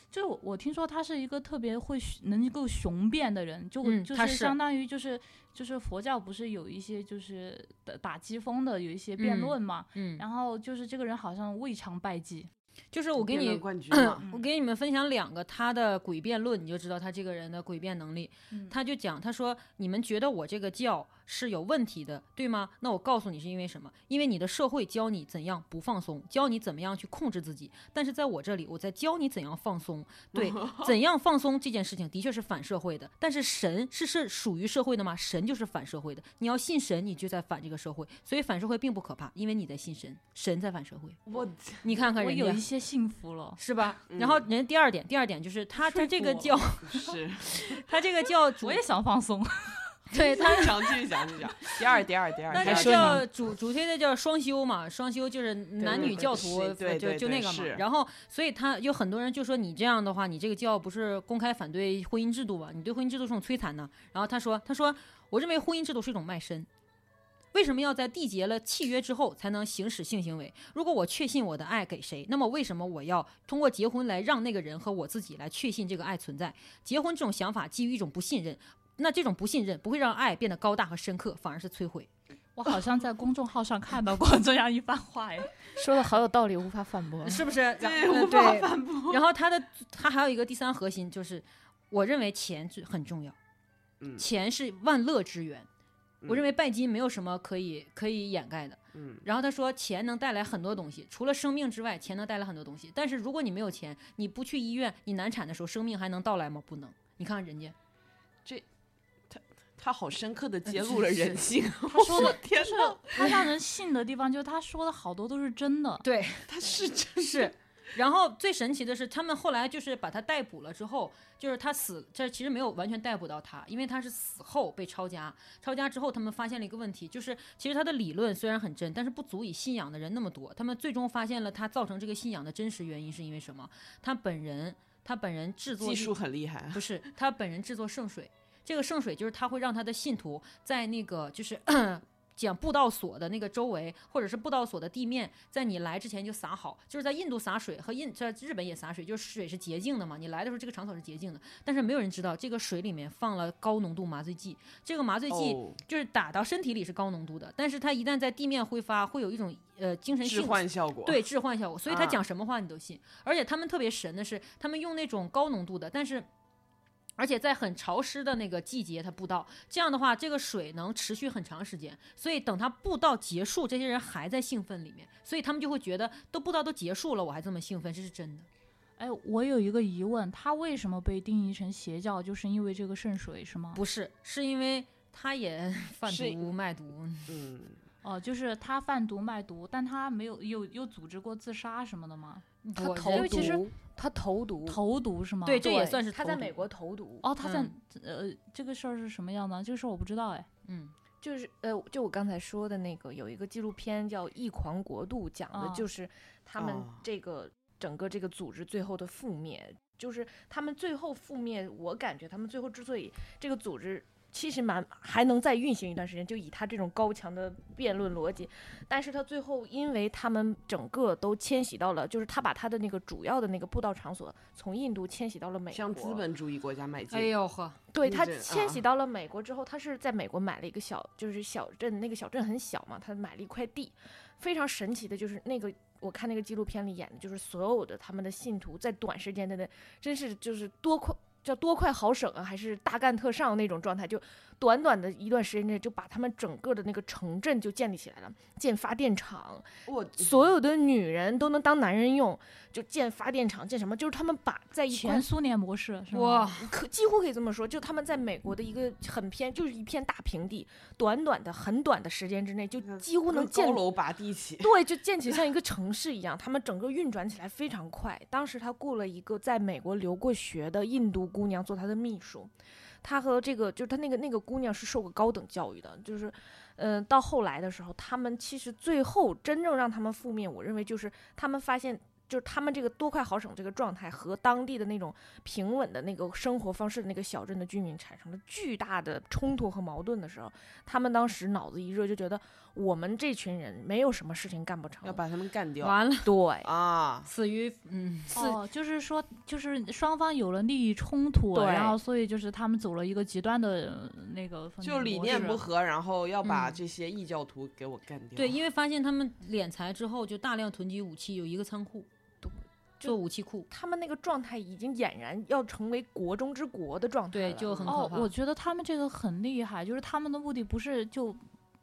就是我我听说他是一个特别会雄能够雄辩的人，就、
嗯
就
他
是
是
相当于就是就是佛教不是有一些就是打打击风的有一些辩
嗯
论嘛，
嗯，
然后就是这个人好像未尝败绩，嗯
就是我给
辩论
你，
冠军嘛，
啊我给你们分享两个他的诡辩论，你就知道他这个人的诡辩能力。
嗯
他就讲，他说：“你们觉得我这个教是有问题的，对吗？那我告诉你是因为什么？因为你的社会教你怎样不放松，教你怎么样去控制自己，但是在我这里，我在教你怎样放松。 对，怎样放松这件事情的确是反社会的，但是神是是属于社会的吗？神就是反社会的，你要信神，你就在反这个社会，所以反社会并不可怕，因为你在信神，神在反社会。
我
你看看
我
人
有
家
一。”些幸福了。
是吧？
嗯
然后人家第二点，第二点就是他他
说
这
服
个
我
教，
是
他这个教主
我也想放 松，
对他
讲继续讲继续讲，第二第二第二，
那
第
个
二
说
叫主主推的叫双修嘛，双修就是男
对
女教徒
是，对
就
对
就
对
那个嘛
是。
然后，所以他有很多人就说你这样的话，你这个教不是公开反对婚姻制度吧？你对婚姻制度是种摧残呢。然后他说，他说我认为婚姻制度是一种卖身。为什么要在缔结了契约之后才能行使性行为？如果我确信我的爱给谁，那么为什么我要通过结婚来让那个人和我自己来确信这个爱存在？结婚这种想法基于一种不信任，那这种不信任不会让爱变得高大和深刻，反而是摧毁。
我好像在公众号上看到过 这样一番话 哎，
说的好有道理，无法反驳。
是不是？
对
然后
无法
对然后他的他还有一个第三核心就是，我认为钱是很重要，
嗯
钱是万乐之源。我
嗯
认为拜金没有什么可以可以掩盖的。
嗯
然后他说，钱能带来很多东西，除了生命之外，钱能带来很多东西。但是如果你没有钱，你不去医院，你难产的时候，生命还能到来吗？不能。你看看人家，
他好深刻的揭
嗯
露了
是
人性，
他说的
天
就是
哪，
他让人信的地方，就是他说的好多都是真的。
对，
他是 真
是。然后最神奇的是，他们后来就是把他逮捕了之后，就是他死，这其实没有完全逮捕到他，因为他是死后被抄家。抄家之后，他们发现了一个问题，就是其实他的理论虽然很真，但是不足以信仰的人那么多。他们最终发现了他造成这个信仰的真实原因是因为什么？他本人，他本人制作
技
一
术很厉害，
不是他本人制作圣水，这个圣水就是他会让他的信徒在那个就是 讲布道所的那个周围，或者是布道所的地面，在你来之前就撒好，就是在印度洒水和印在日本也洒水，就是水是洁净的嘛。你来的时候这个场所是洁净的，但是没有人知道这个水里面放了高浓度麻醉剂，这个麻醉剂
哦
就是打到身体里是高浓度的，但是它一旦在地面挥发，会有一种呃精神
置
性
换效果，
对置换效果，所以他
啊
讲什么话你都信。而且他们特别神的是，他们用那种高浓度的，但是。而且在很潮湿的那个季节，它布道，这样的话，这个水能持续很长时间。所以等它布道结束，这些人还在兴奋里面，所以他们就会觉得，都布道都结束了，我还这么兴奋，这是真的。
哎，我有一个疑问，它为什么被定义成邪教？就是因为这个圣水是吗？
不是，是因为他也贩
是
毒卖毒，
嗯，
哦、就是他贩毒卖毒，但他没有有有组织过自杀什么的吗？
他
我
投
认
因
为
为其实
毒
他投毒，
投毒是吗？
对这也算是
他
投
在
毒
美国投毒，
哦，他在、
嗯
呃这个事儿是什么样的？这个事儿我不知道哎。
嗯，
就是呃，就我刚才说的那个，有一个纪录片叫《异狂国度》，讲的
哦
啊
就是他们
啊
这个、整个这个组织最后的覆灭，就是他们最后覆灭。我感觉他们最后之所以这个组织其实蛮还能再运行一段时间，就以他这种高强的辩论逻辑，但是他最后因为他们整个都迁徙到了，就是他把他的那个主要的那个布道场所从印度迁徙到了美国，
向资本主义国家迈进。
哎呦呵，
对
地
他
震
迁徙
啊
到了美国之后，他是在美国买了一个小，就是小镇，那个小镇很小嘛，他买了一块地，非常神奇的，就是那个我看那个纪录片里演的，就是所有的他们的信徒在短时间之内，真是就是多快叫多快好省啊，还是大干特上那种状态，就短短的一段时间内就把他们整个的那个城镇就建立起来了，建发电厂，
我嗯
所有的女人都能当男人用，就建发电厂，建什么，就是他们把在一块
前苏联模式是吗？哦
哇，
可几乎可以这么说，就他们在美国的一个很偏，就是一片大平地，短短的、很短的时间之内，就几乎能哦
跟
建
嗯高楼 拔地起，
对，就建起像一个城市一样。他们整个运转起来非常快。当时他雇了一个在美国留过学的印度姑娘做他的秘书，他和这个就是他那个那个姑娘是受过高等教育的，就是，嗯、到后来的时候，他们其实最后真正让他们覆灭，我认为就是他们发现。就是他们这个多快好省这个状态和当地的那种平稳的那个生活方式的那个小镇的居民产生了巨大的冲突和矛盾的时候，他们当时脑子一热就觉得我们这群人没有什么事情干不成
要，把他们干掉
完了，
对
啊！
死于嗯，
哦，就是说，就是双方有了利益冲突，
对
然后所以就是他们走了一个极端的呃那个分
就理
模
念
式
不合，然后要把
嗯
这些异教徒给我干掉。
对，因为发现他们敛财之后，就大量囤积武器，有一个仓库，做武器库。
他们那个状态已经俨然要成为国中之国的状态
对
了
就很
哦
可，怕
我觉得他们这个很厉害，就是他们的目的不是就，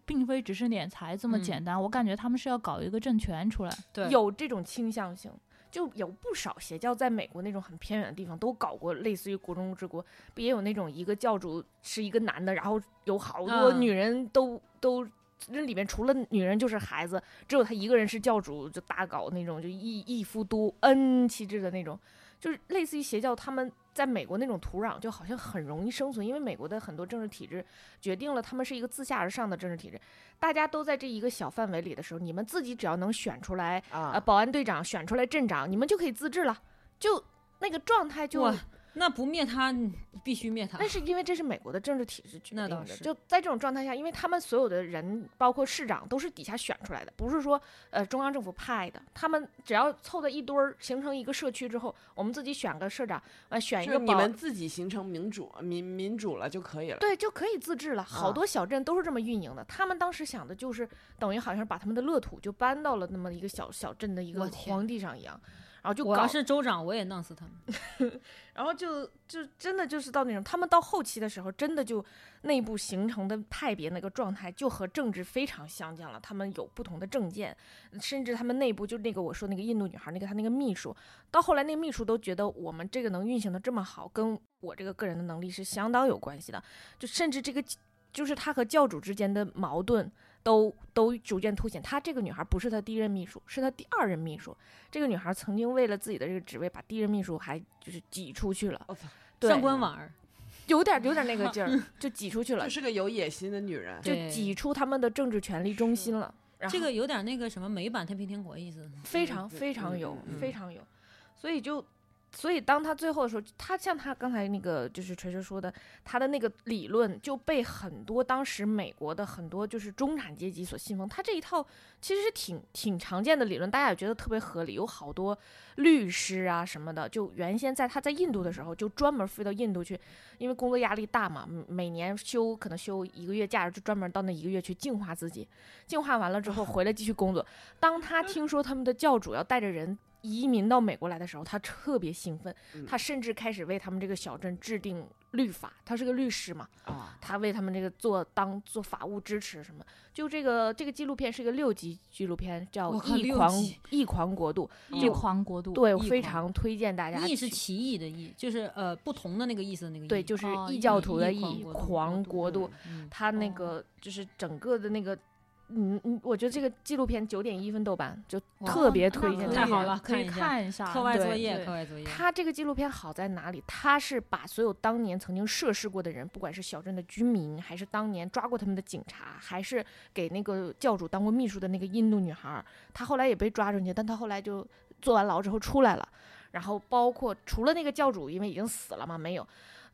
并非只是敛财这么
嗯
简单，我感觉他们是要搞一个政权出来。
对
有这种倾向性。就有不少邪教在美国那种很偏远的地方都搞过类似于国中之国，也有那种一个教主是一个男的，然后有好多
嗯
女人都、都那里面除了女人就是孩子，只有他一个人是教主，就大搞那种就一一夫多恩其制的那种，就是类似于邪教，他们在美国那种土壤就好像很容易生存，因为美国的很多政治体制决定了他们是一个自下而上的政治体制，大家都在这一个小范围里的时候，你们自己只要能选出来呃，
啊，
保安队长选出来镇长，你们就可以自治了，就那个状态就
哇。那不灭他，嗯必须灭他。
那是因为这是美国的政治体制决
那
定
倒
的，
是
就在这种状态下，因为他们所有的人，包括市长，都是底下选出来的，不是说呃中央政府派的。他们只要凑到一堆儿，形成一个社区之后，我们自己选个社长，呃，选一
就
个
是你
保
们自己形成民主民民主了就可以了。
对，就可以自治了。好
啊
多小镇都是这么运营的。他们当时想的就是，等于好像是把他们的乐土就搬到了那么一个小小镇的一
我
个
天
荒地上一样，然后就
我要
搞，
是州长，我也弄死他们。
然后就就真的就是到那种，他们到后期的时候，真的就内部形成的派别那个状态，就和政治非常相近了。他们有不同的政见，甚至他们内部就那个我说那个印度女孩，那个她那个秘书，到后来那个秘书都觉得我们这个能运行的这么好，跟我这个个人的能力是相当有关系的。就甚至这个就是他和教主之间的矛盾都都逐渐凸显。他这个女孩不是他第一任秘书，是他第二任秘书。这个女孩曾经为了自己的这个职位，把第一任秘书还就是挤出去了
我操，
对
上，官婉儿，
有点有点那个劲儿，就挤出去了
就，是个有野心的女人，
就
对
挤出他们的政治权力中心了。然后
这个有嗯点那个什么美版《太平天国》意思。
非常非常
嗯
有
嗯，
非常有，所以就所以当他最后的时候，他像他刚才那个就是锤锤说的，他的那个理论就被很多当时美国的很多就是中产阶级所信奉。他这一套其实是挺挺常见的理论，大家也觉得特别合理。有好多律师啊什么的，就原先在他在印度的时候，就专门飞到印度去，因为工作压力大嘛，嗯每年休可能休一个月假日，就专门到那一个月去净化自己。净化完了之后回来继续工作。当
嗯
他听说他们的教主要带着人移民到美国来的时候，他特别兴奋，
嗯
他甚至开始为他们这个小镇制定律法。他是个律师嘛，
啊，
他为他们这个做当做法务支持什么。就这个这个纪录片是一个六集纪录片，叫
我
《
靠
异
六
狂
集
异狂国度
异
就
狂国度，
对，
异
我非
狂
常推荐大家
异
去。
是奇异的异，就是呃不同的那个意思的那个异。
对，就是
哦
异
异
教徒的异
异
狂
狂
国
国
度
度，嗯
他那
哦
个就是整个的那个，嗯嗯，我觉得这个纪录片九点一分豆瓣，就
哇
特别
那
推荐
可以
大
太
家。
好了
可以
看一下
看一下。
课外
对
作业，
对
课外作业。
他这个纪录片好在哪里？他是把所有当年曾经涉事过的人，不管是小镇的居民，还是当年抓过他们的警察，还是给那个教主当过秘书的那个印度女孩儿，她后来也被抓进去，但她后来就坐完牢之后出来了。然后包括除了那个教主，因为已经死了嘛，没有，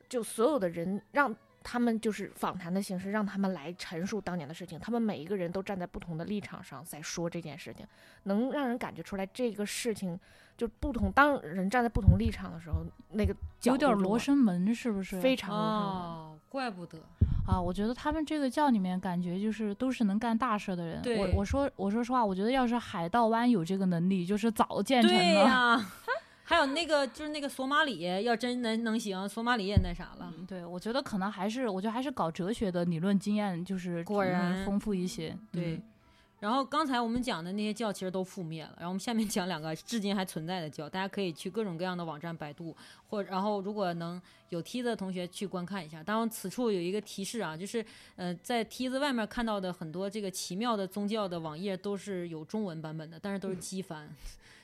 就所有的人让他们就是访谈的形式，让他们来陈述当年的事情。他们每一个人都站在不同的立场上在说这件事情，能让人感觉出来这个事情就不同。当人站在不同立场的时候，那个
有
角
点
度
罗生门，是不是？
非常罗生门。
哦，怪不得
啊，我觉得他们这个教里面感觉就是都是能干大事的人。
对
我我说我说实话，我觉得要是海盗湾有这个能力，就是早建成
对
了。
呀、 还有那个就是那个索马里，要真能能行，索马里也那啥了。
嗯对，我觉得可能还是，我觉得还是搞哲学的理论经验就是
果
嗯
然
丰富一些。嗯
嗯
对，然后刚才我们讲的那些教其实都覆灭了，然后我们下面讲两个至今还存在的教，大家可以去各种各样的网站百度，或然后如果能有梯子的同学去观看一下。当然，此处有一个提示啊，就是呃，在梯子外面看到的很多这个奇妙的宗教的网页都是有中文版本的，但是都
嗯
是机翻。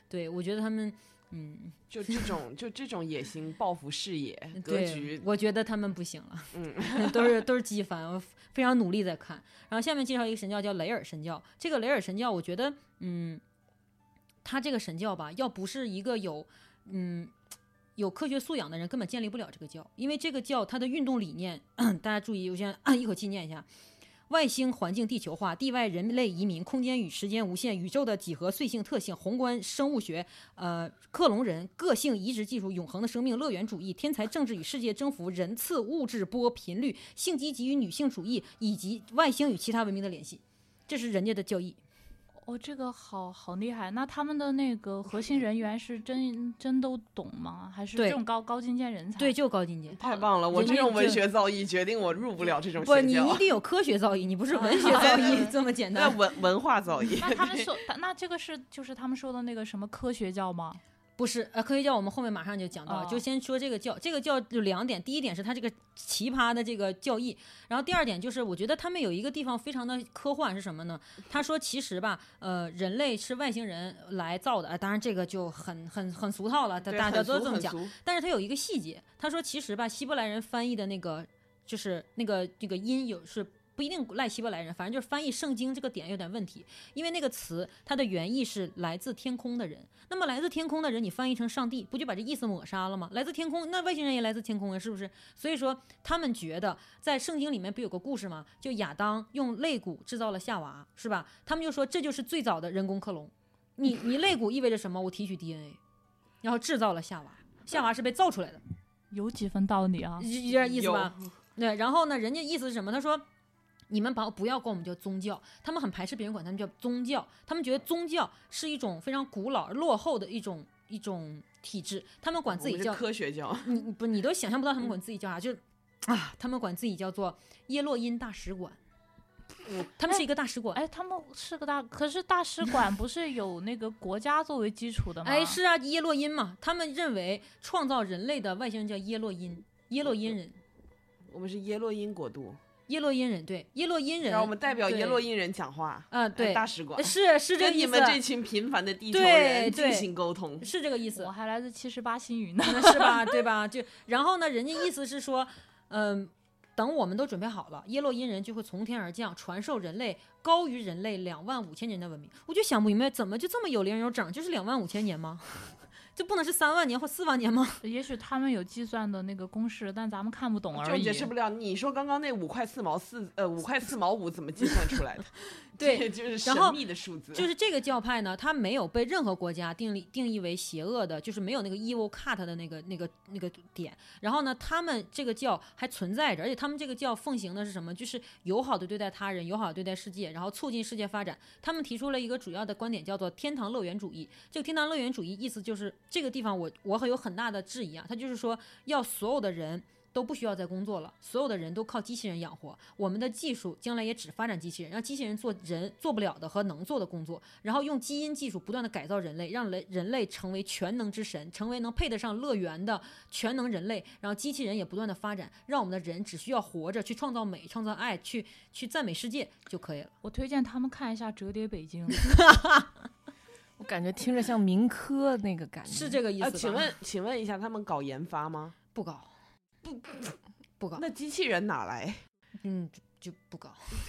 对，我觉得他们，嗯，
就这种就这种野心、抱负、视野、哎格
对
局，，
我觉得他们不行了。
嗯，
都是都是机翻，我非常努力在看。然后下面介绍一个神教叫雷尔神教，这个雷尔神教，我觉得，嗯，他这个神教吧，要不是一个有，嗯。有科学素养的人根本建立不了这个教，因为这个教它的运动理念， 大家注意，我先 一口气念一下：外星环境地球化、地外人类移民、空间与时间无限、宇宙的几何碎性特性、宏观生物学、呃，克隆人、个性移植技术、永恒的生命、乐园主义、天才政治与世界征服、人次、物质波频率、性积极与女性主义，以及外星与其他文明的联系，这是人家的教义。
哦，这个好好厉害。那他们的那个核心人员是真真都懂吗？还是
对
这种高高精尖人才？
对，就高境界。
太棒了！我
人
这
家
种文
就
学造诣决定我入不了这种
不，
邪
你
教
一，定有科学造诣，你不是文学造 诣这么简
那
单。
文文化造诣，
那他 们说，那这个是就是他们说的那个什么科学教吗？
不是，呃，科学教我们后面马上就讲到了，
哦
就先说这个教，这个教有两点，第一点是它这个奇葩的这个教义，然后第二点就是我觉得他们有一个地方非常的科幻是什么呢？他说其实吧，呃，人类是外星人来造的，啊，当然这个就很很很俗套了，大
对
大家
很
都
俗
这么
很
讲。
俗
但是他有一个细节，他说其实吧，希伯来人翻译的那个就是那个那个音有是不一定赖希伯来人，反正就是翻译圣经这个点有点问题，因为那个词它的原意是来自天空的人，那么来自天空的人你翻译成上帝，不就把这意思抹杀了吗？来自天空，那外星人也来自天空啊，是不是？所以说他们觉得在圣经里面不有个故事吗？就亚当用肋骨制造了夏娃，是吧？他们就说这就是最早的人工克隆。你你肋骨意味着什么？我提取 DNA，然后制造了夏娃。夏娃是被造出来的，
有几分道理啊？
有有点意思
有
吧？对，然后呢，人家意思是什么？他说。你们把不要管我们叫宗教，他们很排斥别人管他们叫宗教，他们觉得宗教是一种非常古老而落后的一种一种体制，他们管自
我
己
们是
叫
科嗯学教，
你你不你都想象不到他们管自己叫啥，就是啊，他们管自己叫做耶洛因大使馆，他们是一个大使馆，
哎，他们是个大，可是大使馆不是有那个国家作为基础的吗？
哎，是啊，耶洛因嘛，他们认为创造人类的外星人叫耶洛因，耶洛因人，
我们是耶洛因国度，
耶洛因人，对，耶洛因人，
让我们代表
对
耶洛因人讲话，
啊，对，
大使馆
是是这个
跟
意
你
思，
们这群平凡的地球
对
人进
对
行沟通，
是这个意思
我，还来自七十八星云呢。
那是吧？对吧？就然后呢，人家意思是说，嗯、等我们都准备好了，耶洛因人就会从天而降，传授人类高于人类两万五千年的文明。我就想不明白，怎么就这么有零有整？就是两万五千年吗？ 这不能是三万年或四万年吗？
也许他们有计算的那个公式，但咱们看不懂
就
而已
哦解。释不了。你说刚刚那五块四毛四，呃，五块四毛五怎么计算出来 的？
对
这就是神
然后
秘的数字。
就是这个教派呢，它没有被任何国家定立定义为邪恶的，就是没有那个 evil cut 的那个那个那个点。然后呢，他们这个教还存在着，而且他们这个教奉行的是什么？就是友好的对待他人，友好地对待世界，然后促进世界发展。他们提出了一个主要的观点，叫做天堂乐园主义。这个天堂乐园主义意思就是这个地方我我很有很大的质疑啊，它就是说要所有的人。都不需要再工作了，所有的人都靠机器人养活。我们的技术将来也只发展机器人，让机器人做人做不了的和能做的工作，然后用基因技术不断的改造人类，让人人类成为全能之神，成为能配得上乐园的全能人类。然后机器人也不断的发展，让我们的人只需要活着去创造美、创造爱、去去赞美世界就可以了。
我推荐他们看一下《折叠北京》，
我感觉听着像民科那个感觉，
是这个意思吧、
呃，请问，请问一下，他们搞研发吗？
不高，不不高，
那机器人哪来？
嗯就就不高。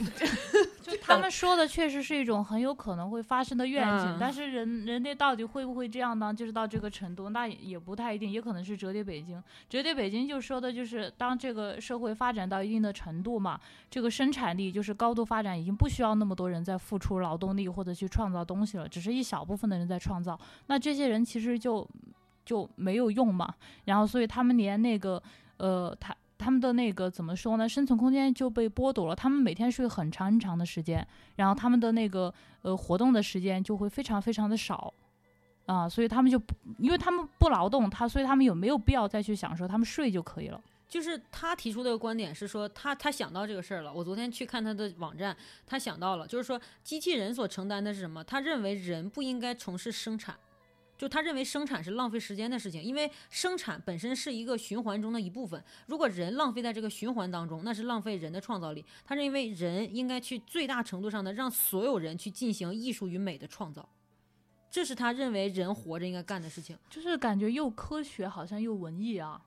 就他们说的确实是一种很有可能会发生的愿景，
嗯
但是人人类到底会不会这样呢？就是到这个程度，那也也不太一定，也可能是折叠北京。折叠北京就说的就是，当这个社会发展到一定的程度嘛，这个生产力就是高度发展，已经不需要那么多人在付出劳动力或者去创造东西了，只是一小部分的人在创造。那这些人其实就就没有用嘛，然后所以他们连那个呃，他他们的那个怎么说呢，生存空间就被剥夺了。他们每天睡很长很长的时间，然后他们的那个呃活动的时间就会非常非常的少。啊，所以他们就不，因为他们不劳动，他所以他们有没有必要再去享受？他们睡就可以了。
就是他提出的观点是说，他他想到这个事儿了。我昨天去看他的网站，他想到了，就是说机器人所承担的是什么？他认为人不应该从事生产，就他认为生产是浪费时间的事情，因为生产本身是一个循环中的一部分。如果人浪费在这个循环当中，那是浪费人的创造力。他认为人应该去最大程度上的让所有人去进行艺术与美的创造，这是他认为人活着应该干的事情，
就是感觉又科学，好像又文艺啊，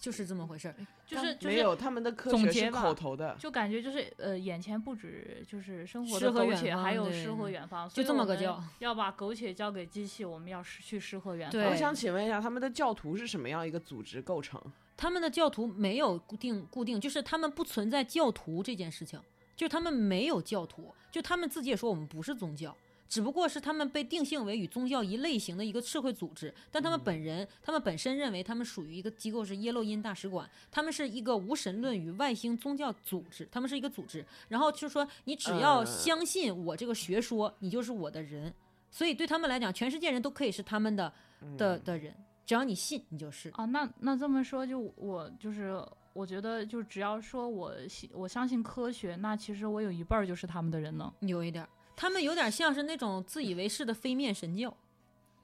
就是这么回事儿。
就是就
没
是。
有，他们的科
总
学
结
是
吧
口头的。
就感觉就是呃，眼前不止就是生活
诗
的
和
苟
远
且，
方
还有
对
诗和远方，
就这么个
叫
叫，
要把苟且交给机器，我们要失去诗和远方。
对
我想请问一下，他们的教徒是什么样一个组织构成？
他们的教徒没有固定固定，就是他们不存在教徒这件事情，就是他们没有教徒，就他们自己也说我们不是宗教，只不过是他们被定性为与宗教一类型的一个社会组织，但他们本人，他们本身认为他们属于一个机构是耶洛因大使馆，他们是一个无神论与外星宗教组织，他们是一个组织，然后就说你只要
呃
相信我这个学说，你就是我的人，所以对他们来讲，全世界人都可以是他们的
嗯
的的人，只要你信，你就是。
啊，那那这么说，就我就是我觉得，就只要说我信我相信科学，那其实我有一半儿就是他们的人呢。
有一点儿，他们有点像是那种自以为是的非面神教。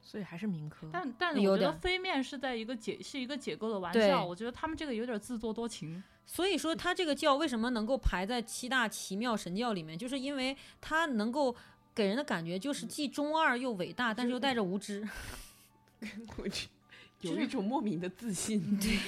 所以还是民科。
但但
有
我觉
点
得
儿
非面是在一个解是一个解构的玩
对
笑，我觉得他们这个有点自作多 情。
所以说，他这个教为什么能够排在七大奇妙神教里面，就是因为他能够给人的感觉就是既中二又伟大，但是又带着无知。
我去，有
是
一种莫名的 自信。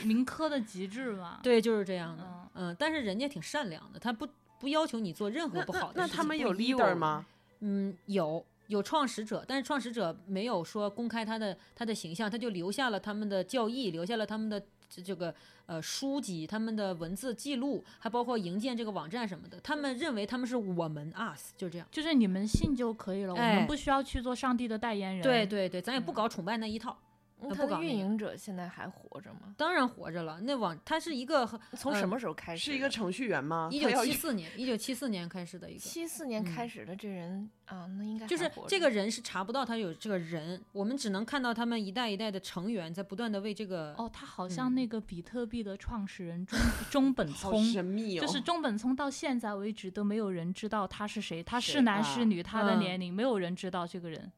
民科的极致嘛。，
对，就是这样的。
嗯，
嗯，但是人家挺善良的，他不不要求你做任何不好的
那
事
他
情
们有
不一
leader
哦
吗？
嗯，有有创始者，但是创始者没有说公开他的他的形象，他就留下了他们的教义，留下了他们的这这个呃书籍、他们的文字记录，还包括营建这个网站什么的。他们认为他们是我们 us，就这样。
就是你们信就可以了，我
哎
们不需要去做上帝的代言人。
对对对，咱也不
嗯
搞崇拜那一套，
那
呃
他
不
的
搞那
运
个
营者现在还活着吗？
当然活着了。那网它是一个
从
呃
什么时候开始的？
是一个程序员吗？
一
他
九
要
七四年，一九七四年开始的一个。
七四年
嗯
开始的这人啊，那应该还
就是
活着
这个人是查不到他有这个人，我们只能看到他们一代一代的成员在不断的为这个
哦，他好像
嗯
那个比特币的创始人中中本
好
聪。
神秘哦。
就是中本聪到现在为止都没有人知道他是谁，他
谁
是男
啊
是女，他的
嗯
年龄，没有人知道这个人。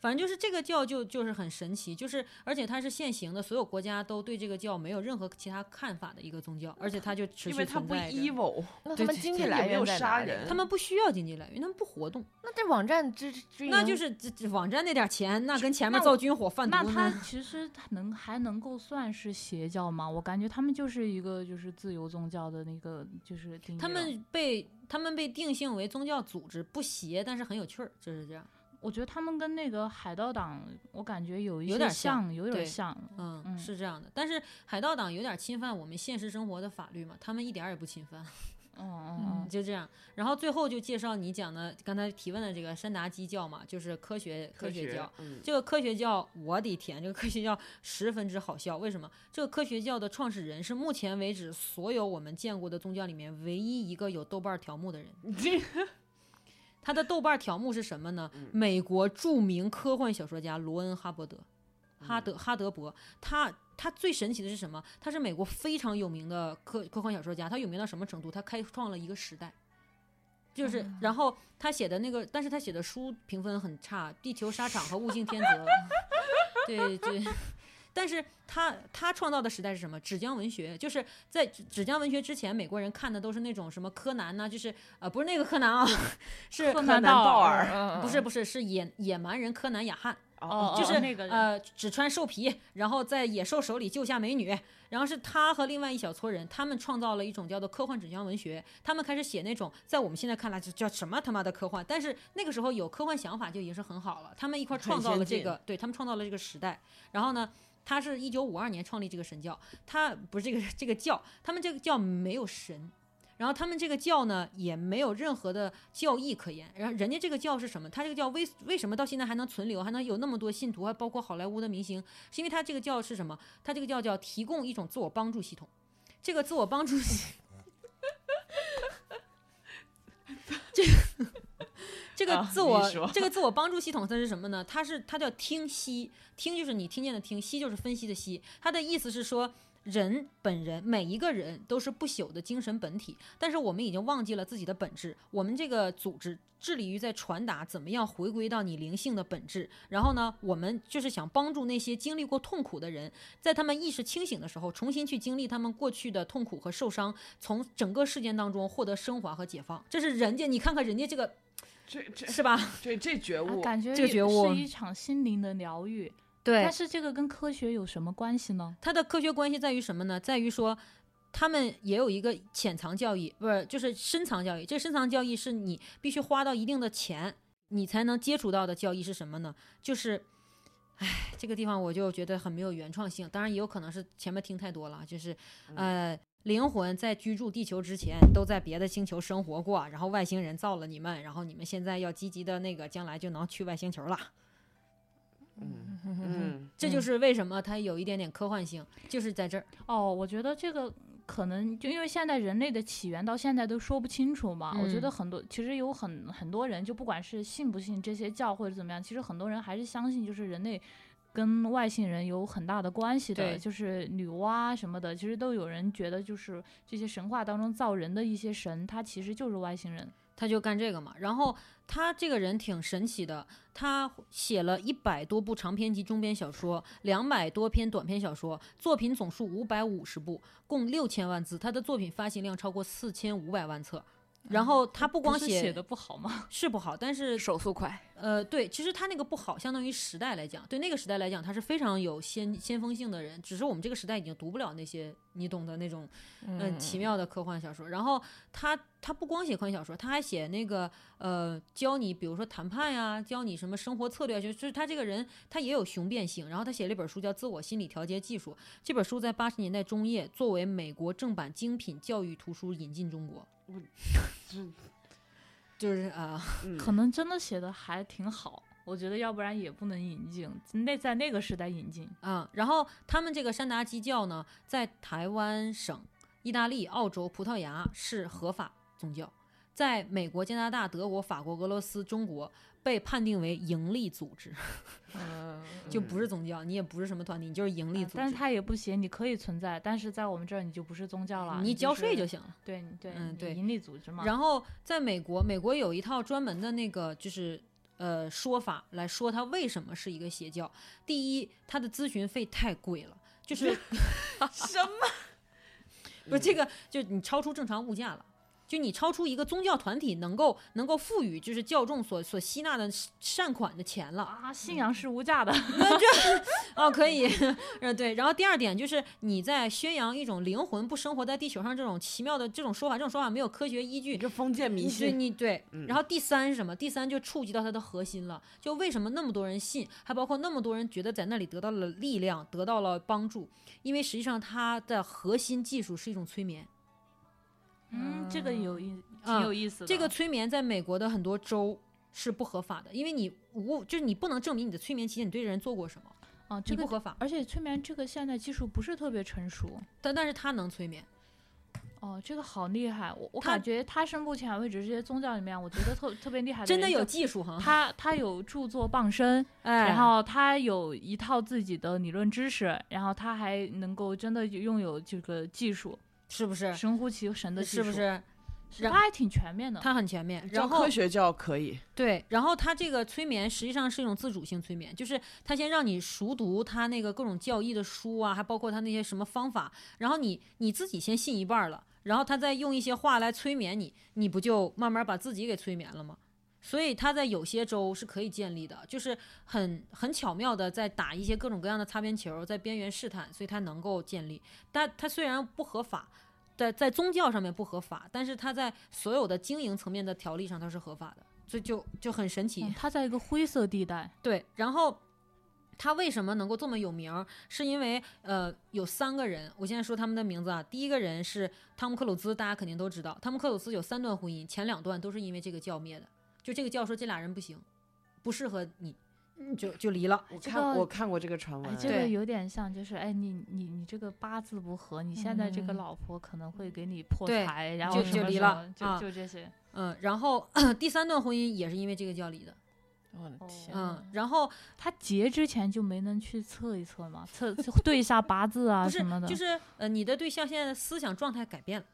反正就是这个教就就是很神奇，就是而且它是现行的，所有国家都对这个教没有任何其他看法的一个宗教，而且它就持
因
续
为他
存
不
在着。
evil，
那他
对
们
对
经
他
济
也
来
没有
源在
杀
哪里？
人
他们不需要经济来源，他们不活动，
那这网站支支
那
营
就是这这网站那点钱，那跟前面
那
造军火贩毒
那他
呢？
其实他能还能够算是邪教吗？我感觉他们就是一个就是自由宗教的那个就是定义
他
了
们被他们被定性为宗教组织，不邪，但是很有趣儿，就是这样。
我觉得他们跟那个海盗党，我感觉有一
有
些
点像
像，有点
对
像。
嗯，
嗯
是这样的。但是海盗党有点侵犯我们现实生活的法律嘛，他们一点儿也不侵犯，
嗯嗯
就这样。然后最后就介绍你讲的刚才提问的这个山达基教嘛，就是科学科学教。，
嗯，
这个科学教，我的天，这个科学教十分之好笑。为什么？这个科学教的创始人是目前为止所有我们见过的宗教里面唯一一个有豆瓣儿条目的人。他的豆瓣儿条目是什么呢
嗯？
美国著名科幻小说家罗恩·哈伯德，哈
嗯
德哈德伯，他他最神奇的是什么？他是美国非常有名的科科幻小说家，他有名到什么程度？他开创了一个时代。就是，然后他写的那个，但是他写的书评分很差，《地球沙场》和《物竞天择》 对，对，但是他他创造的时代是什么？纸浆文学，就是在纸纸浆文学之前，美国人看的都是那种什么柯南呐、就是呃，不是那个柯南啊， 是
柯
南道
道
尔
不是不是是野野蛮人柯南雅汉，
哦，
就是
那个人
呃，只穿兽皮，然后在野兽手里救下美女。然后是他和另外一小撮人，他们创造了一种叫做科幻纸浆文学。他们开始写那种在我们现在看来就叫什么他妈的科幻，但是那个时候有科幻想法就已经是很好了。他们一块儿
很
创造
先
了这
进
个，对他们创造了这个时代。然后呢？他是一九五二年创立这个神教，他不是这个这个教，他们这个教没有神，然后他们这个教呢也没有任何的教义可言。然后人家这个教是什么？他这个教为为什么到现在还能存留，还能有那么多信徒，还包括好莱坞的明星，是因为他这个教是什么？他这个教叫提供一种自我帮助系统。这个自我帮助 系，这个这
啊
个自我、
你说
这个自我帮助系统它是什么呢？它是它叫听析，听就是你听见的听，析就是分析的析。它的意思是说，人本人每一个人都是不朽的精神本体，但是我们已经忘记了自己的本质。我们这个组织致力于在传达怎么样回归到你灵性的本质。然后呢，我们就是想帮助那些经历过痛苦的人，在他们意识清醒的时候，重新去经历他们过去的痛苦和受伤，从整个事件当中获得升华和解放。这是人家，你看看人家这个
这这
是吧？
这这觉
啊
悟，
感觉
这个
也
觉悟
是一场心灵的疗愈。
对
但
嗯
是这个跟科学有什么关系呢？
它的科学关系在于什么呢？在于说。他们也有一个潜藏教义，不是就是深藏教义。这深藏教义是你必须花到一定的钱，你才能接触到的教义是什么呢？就是，唉，这个地方我就觉得很没有原创性。当然也有可能是前面听太多了，就是呃，灵魂在居住地球之前都在别的星球生活过，然后外星人造了你们，然后你们现在要积极的那个，将来就能去外星球了。
嗯嗯，
这就是为什么它有一点点科幻性，就是在这儿。
哦，我觉得这个可能就因为现在人类的起源到现在都说不清楚嘛。我觉
嗯
得很多其实有很很多人，就不管是信不信这些教或者怎么样，其实很多人还是相信就是人类。跟外星人有很大的关系的，
对
就是女娲啊什么的，其实都有人觉得，就是这些神话当中造人的一些神，他其实就是外星人。
他就干这个嘛。然后他这个人挺神奇的，他写了一百多部长篇及中篇小说，两百多篇短篇小说，作品总数五百五十部，共六千万字。他的作品发行量超过四千五百万册。然后他不光
是
写
的不好吗？
是不好，但是
手速快，
呃，对，其实他那个不好，相当于时代来讲，对那个时代来讲，他是非常有先先锋性的人。只是我们这个时代已经读不了那些你懂的那种嗯，奇妙的科幻小说。然后他他不光写科幻小说，他还写那个呃，教你比如说谈判呀、教你什么生活策略啊，就是他这个人他也有雄辩性。然后他写了一本书叫《自我心理调节技术》，这本书在八十年代中叶作为美国正版精品教育图书引进中国。 就是啊、
嗯
可能真的写的还挺好，我觉得要不然也不能引进，那在那个时代引进。
啊、然后他们这个山达基教呢，在台湾省、意大利、澳洲、葡萄牙是合法宗教，在美国、加拿大、德国、法国、俄罗斯、中国被判定为盈利组织，
嗯，
就不是宗教，你也不是什么团体，你就是盈利
啊
组织。
但是他也不写你可以存在，但是在我们这儿你就不是宗教了，
你交税
就
就是行了。
对，你对，
嗯
你
对
盈利组织嘛。
然后在美国，美国有一套专门的那个就是呃说法来说它为什么是一个邪教。第一，它的咨询费太贵了，就是
什么？
不是这个，就你超出正常物价了。就你超出一个宗教团体能够能够赋予就是教众所所吸纳的善款的钱 了。
啊，信仰是无价的。
哦，可以，嗯，对。然后第二点就是你在宣扬一种灵魂不生活在地球上这种奇妙的这种说法，这种说法没有科学依据
你。这封建迷
你对
信，
你对
嗯，
然后第三是什么？第三就触及到它的核心了，就为什么那么多人信，还包括那么多人觉得在那里得到了力量，得到了帮助，因为实际上它的核心技术是一种催眠。
嗯，这个有意，挺
啊
有意思的。
这个催眠在美国的很多州是不合法的，因为你无就是你不能证明你的催眠期间你对人做过什么，
啊，这
你
个
不合法。
而且催眠这个现在技术不是特别成熟。
但但是他能催眠，
哦，这个好厉害！我我
他
感觉他是目前还为止这些宗教里面，我觉得特特别厉害
真
的人
的有
就。
技术哈。
他他有著作傍身，
哎，
然后他有一套自己的理论知识，然后他还能够真的拥有这个技术，
是不是？
神乎其神的技
是
术，嗯
不？是？
是
然
他还挺全面的。
他很全面，
教
然后
科学教可以，
对，然后他这个催眠实际上是一种自主性催眠，就是他先让你熟读他那个各种教义的书啊，还包括他那些什么方法，然后你你自己先信一半儿了，然后他再用一些话来催眠你，你不就慢慢把自己给催眠了吗？所以他在有些州是可以建立的，就是很很巧妙的在打一些各种各样的擦边球，在边缘试探，所以他能够建立。但他虽然不合法，在在宗教上面不合法，但是他在所有的经营层面的条例上它是合法的，所以就就很神奇。
嗯他在一个灰色地带，
对，然后他为什么能够这么有名儿？是因为呃，有三个人，我现在说他们的名字啊。第一个人是汤姆克鲁兹，大家肯定都知道，汤姆克鲁兹有三段婚姻，前两段都是因为这个教灭的，就这个教说这俩人不行，不适合你，就就离了。
我
这
看
个
我看过这个传
哎，
闻，
这个
对
有点像，就是哎，你你你这个八字不合，你现在这个
嗯
老婆可能会给你破
对
财，然
就
后什
就
么
离
什
了
么就
啊
就这些。
嗯，然后 第三段婚姻也是因为这个教离的。
我的
哦
天，
嗯
嗯，
然后
他结之前就没能去测一测嘛，测测对一下八字啊
不是
什么的。
就是呃，你的对象现在的思想状态改变了。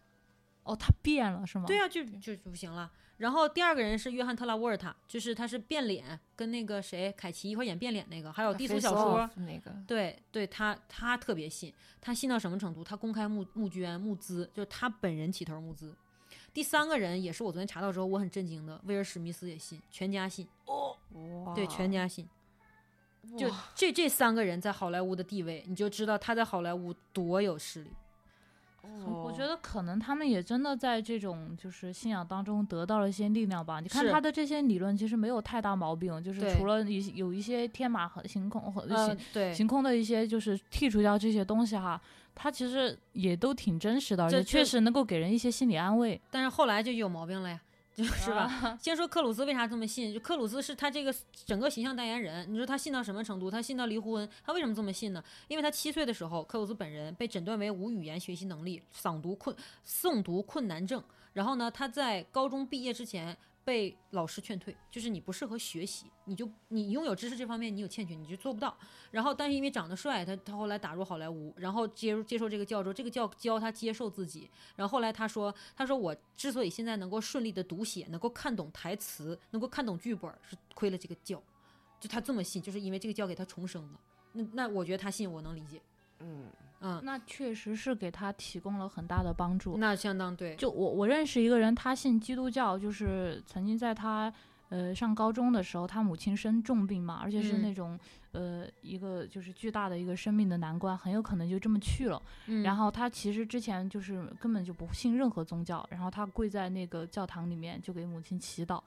哦，他变了是吗？
对啊，就就就不行了。然后第二个人是约翰特拉沃尔塔，就是他是变脸，跟那个谁凯奇一块演变脸那个，还有低
啊
俗
Face
小说
off。那个，
对对，他他特别信，他信到什么程度？他公开募募捐募资，就是他本人起头募资。第三个人也是我昨天查到之后我很震惊的，威尔史密斯也信，全家信，对，全家信。就这这三个人在好莱坞的地位，你就知道他在好莱坞多有势力。
我我觉得可能他们也真的在这种就是信仰当中得到了一些力量吧。你看
是
他的这些理论其实没有太大毛病，就是
对
除了一有一些天马和行空和
呃
嗯、对，
行空的一些，就是剔除掉这些东西哈，它其实也都挺真实的，而
这
且确
这
实能够给人一些心理安慰，啊
但是后来就有毛病了呀， 就是吧？先说克鲁兹为啥这么信，就克鲁兹是他这个整个形象代言人。你说他信到什么程度？他信到离婚，他为什么这么信呢？因为他七岁的时候，克鲁兹本人被诊断为无语言学习能力、嗓读困、诵读困难症。然后呢，他在高中毕业之前。被老师劝退，就是你不适合学习，你就你拥有知识这方面你有欠缺，你就做不到。然后，但是因为长得帅，他他后来打入好莱坞，然后接入接受这个教之后，这个教教他接受自己，然后后来他说，他说我之所以现在能够顺利的读写，能够看懂台词，能够看懂剧本，是亏了这个教。就他这么信，就是因为这个教给他重生了。那那我觉得他信，我能理解。
嗯，
嗯，
那确实是给他提供了很大的帮助。
那相当对。
就我我认识一个人，他信基督教，就是曾经在他呃上高中的时候，他母亲生重病嘛，而且是
嗯
那种、呃一个就是巨大的一个生命的难关，很有可能就这么去了。
嗯
然后他其实之前就是根本就不信任何宗教，然后他跪在那个教堂里面就给母亲祈祷，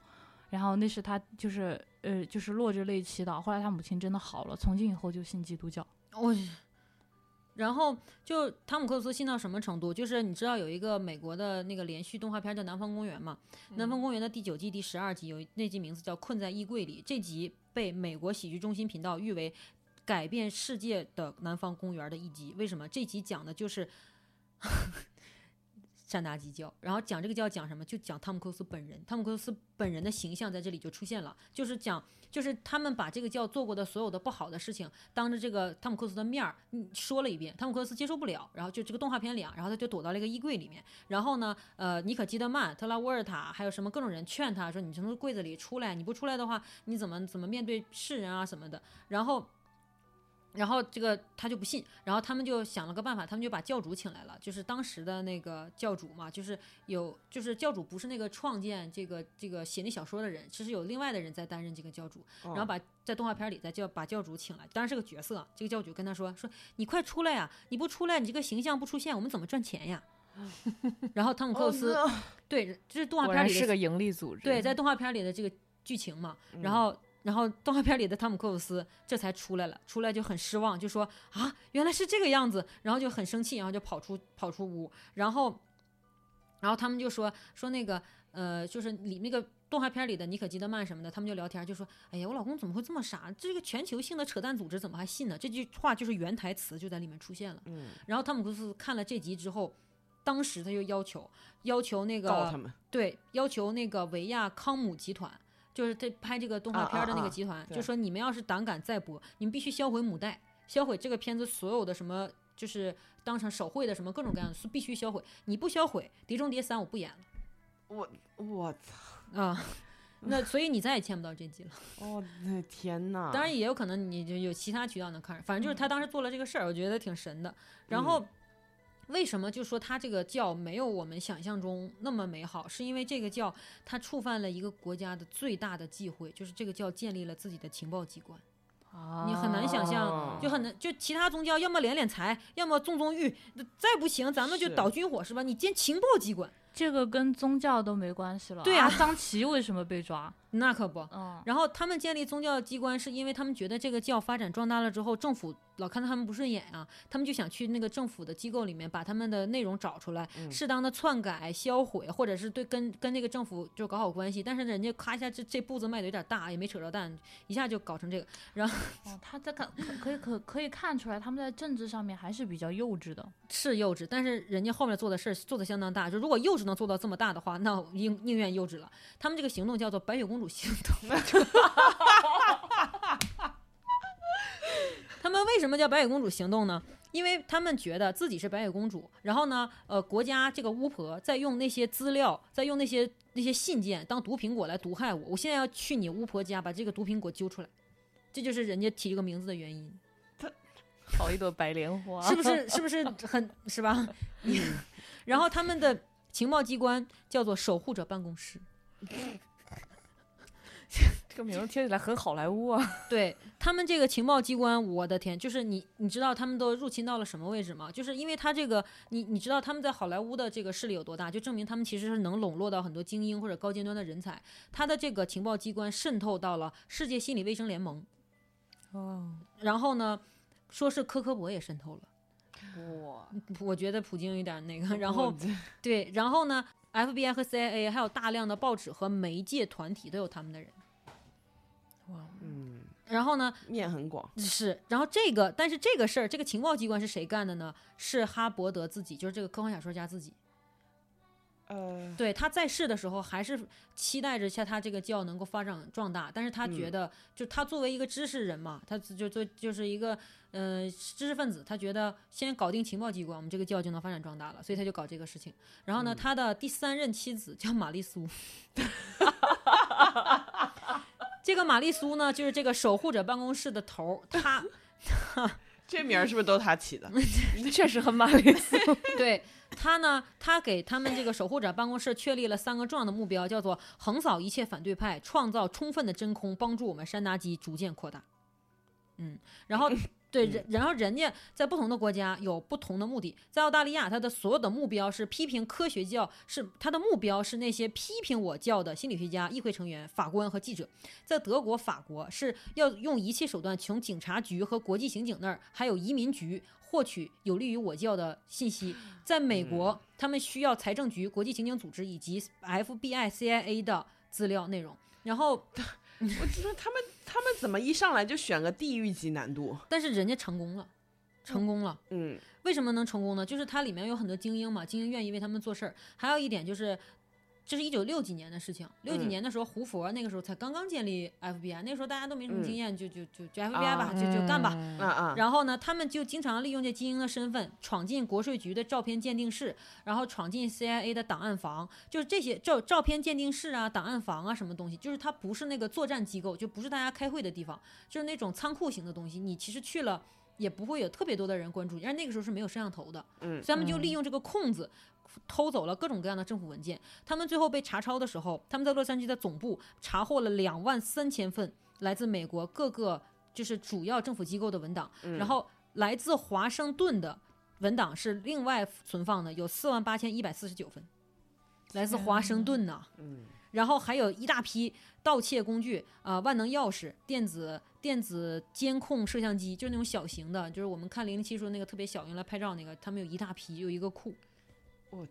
然后那是他就是呃就是落着泪祈祷。后来他母亲真的好了，从今以后就信基督教。
我、然后就汤姆克鲁斯信到什么程度？就是你知道有一个美国的那个连续动画片叫《南方公园》嘛，
嗯
南
哦
方公园》的第九季第十二集有一那集名字叫《困在衣柜里》，这集被美国喜剧中心频道誉为改变世界的《南方公园》的一集。为什么？这集讲的就是 山达基教，然后讲这个教讲什么？就讲汤姆克鲁斯本人，汤姆克鲁斯本人的形象在这里就出现了，就是讲。就是他们把这个教做过的所有的不好的事情，当着这个汤姆克鲁斯的面儿嗯说了一遍，汤姆克鲁斯接受不了，然后就这个动画片里啊，然后他就躲到了一个衣柜里面，然后呢，呃，尼可基德曼、特拉沃尔塔，还有什么各种人劝他说：“你从柜子里出来，你不出来的话，你怎么怎么面对世人啊什么的。”然后然后这个他就不信，然后他们就想了个办法，他们就把教主请来了，就是当时的那个教主嘛，就是有就是教主不是那个创建这个这个写那小说的人，其实有另外的人在担任这个教主，
嗯
哦
然后把在动画片里再叫把教主请来，当然是个角色啊，这个教主跟他说说你快出来呀、你不出来你这个形象不出现，我们怎么赚钱呀？ 然后汤姆克鲁斯、对，这是动画
哦果
片
然
里的
是个盈利组织。
对，在动画片里的这个剧情嘛，
嗯
然后。然后动画片里的汤姆克鲁斯这才出来了，出来就很失望，就说啊，原来是这个样子，然后就很生气，然后就跑出跑出屋，然后，然后他们就说说那个呃，就是里那个动画片里的尼可基德曼什么的，他们就聊天就说，哎呀，我老公怎么会这么傻？这个全球性的扯淡组织怎么还信呢？这句话就是原台词就在里面出现了。
嗯，
然后汤姆克鲁斯看了这集之后，当时他就要求要求那个
告他们，
对，要求那个维亚康姆集团，就是这拍这个动画
啊
片儿的那
啊
个
啊
集团，
对
就说你们要是胆敢再播，你们必须销毁母带，销毁这个片子所有的什么，就是当成手绘的什么各种各样的，是必须销毁。你不销毁，《碟中谍三》我不演了
我操，
啊。 那所以你再也签不到这集了。
哦，那天呐，
当然也有可能你就有其他渠道能看上，反正就是他当时做了这个事儿，我觉得挺神的。然后。为什么就说他这个教没有我们想象中那么美好？是因为这个教它触犯了一个国家的最大的忌讳，就是这个教建立了自己的情报机关。
啊
你很难想象
哦
就很难，就其他宗教要么敛敛财，要么纵纵欲，那再不行咱们就是倒军火是吧？你建情报机关，
这个跟宗教都没关系了。
对啊
阿桑奇为什么被抓？
那可不。
嗯，
然后他们建立宗教机关，是因为他们觉得这个教发展壮大了之后，政府老看他们不顺眼啊，他们就想去那个政府的机构里面把他们的内容找出来，
嗯
适当的篡改、销毁，或者是对跟跟那个政府就搞好关系。但是人家咔一下这这步子迈的有点大，也没扯着蛋，一下就搞成这个。
哦，他在看，可可以可可以看出来，他们在政治上面还是比较幼稚的。
是幼稚，但是人家后面做的事儿做的相当大。就如果幼稚能做到这么大的话，那我宁宁愿幼稚了。他们这个行动叫做“白雪公主行动” 。他们为什么叫白雪公主行动呢？因为他们觉得自己是白雪公主，然后呢，呃，国家这个巫婆在用那些资料，在用那些那些信件当毒苹果来毒害我。我现在要去你巫婆家把这个毒苹果揪出来，这就是人家起这个名字的原因。
好一朵白莲花，
是不是？是不是很是吧？你 然后他们的情报机关叫做守护者办公室，
这个名字听起来很好莱坞啊！
对他们这个情报机关，我的天，就是你你知道他们都入侵到了什么位置吗？就是因为他这个，你你知道他们在好莱坞的这个势力有多大，就证明他们其实是能笼络到很多精英或者高尖端的人才。他的这个情报机关渗透到了世界心理卫生联盟，
哦，
然后呢，说是科科博也渗透了。
哇，
我觉得普京有点那个，然后对，然后呢，FBI 和 CIA 还有大量的报纸和媒介团体都有他们的人。
嗯，
然后呢
面很广，
是，然后这个，但是这个事儿，这个情报机关是谁干的呢？是哈伯德自己，就是这个科幻小说家自己。
呃，
对，他在世的时候还是期待着像他这个教能够发展壮大，但是他觉
嗯
得，就他作为一个知识人嘛，他就就就是一个呃知识分子，他觉得先搞定情报机关，我们这个教就能发展壮大了，所以他就搞这个事情。然后呢，
嗯
他的第三任妻子叫玛丽苏， 这个玛丽苏呢，就是这个守护者办公室的头儿，他
这名儿是不是都他 起的？
确实很玛丽苏。
对他呢，他给他们这个守护者办公室确立了三个重要的目标，叫做横扫一切反对派，创造充分的真空，帮助我们山达基逐渐扩大。嗯，然后对人，然后人家在不同的国家有不同的目的，在澳大利亚，他的所有的目标是批评科学教，是他的目标是那些批评我教的心理学家、议会成员、法官和记者。在德国、法国是要用一切手段从警察局和国际刑警那儿，还有移民局获取有利于我教的信息。在美国，他们需要财政局、国际刑警组织以及 FBI、CIA 的资料内容。然后，
我知道他们他们怎么一上来就选个地狱级难度？
但是人家成功了，成功了。
嗯，
为什么能成功呢？就是它里面有很多精英嘛，精英愿意为他们做事儿。还有一点就是，这是一九六几年的事情，六几
嗯
年的时候，胡佛那个时候才刚刚建立 FBI，那个时候大家都没什么
嗯
经验，就就就就 FBI
啊
吧，就就干吧。
啊啊，
嗯然后呢，他们就经常利用这精英的身份，闯进国税局的照片鉴定室，然后闯进 CIA 的档案房，就是这些照照片鉴定室啊、档案房啊什么东西，就是它不是那个作战机构，就不是大家开会的地方，就是那种仓库型的东西。你其实去了。也不会有特别多的人关注你，但是那个时候是没有摄像头的，
嗯
所以他们就
嗯
利用这个空子。偷走了各种各样的政府文件。他们最后被查抄的时候，他们在洛杉矶的总部查获了两万三千份来自美国各个就是主要政府机构的文档，
嗯
然后来自华盛顿的文档是另外存放的，有四万八千一百四十九份，来自华盛顿呐、
嗯
然后还有一大批盗窃工具，啊、万能钥匙、电子电子监控摄像机，就是那种小型的，就是我们看《零零七》说那个特别小，用来拍照那个，他们有一大批，有一个库。
我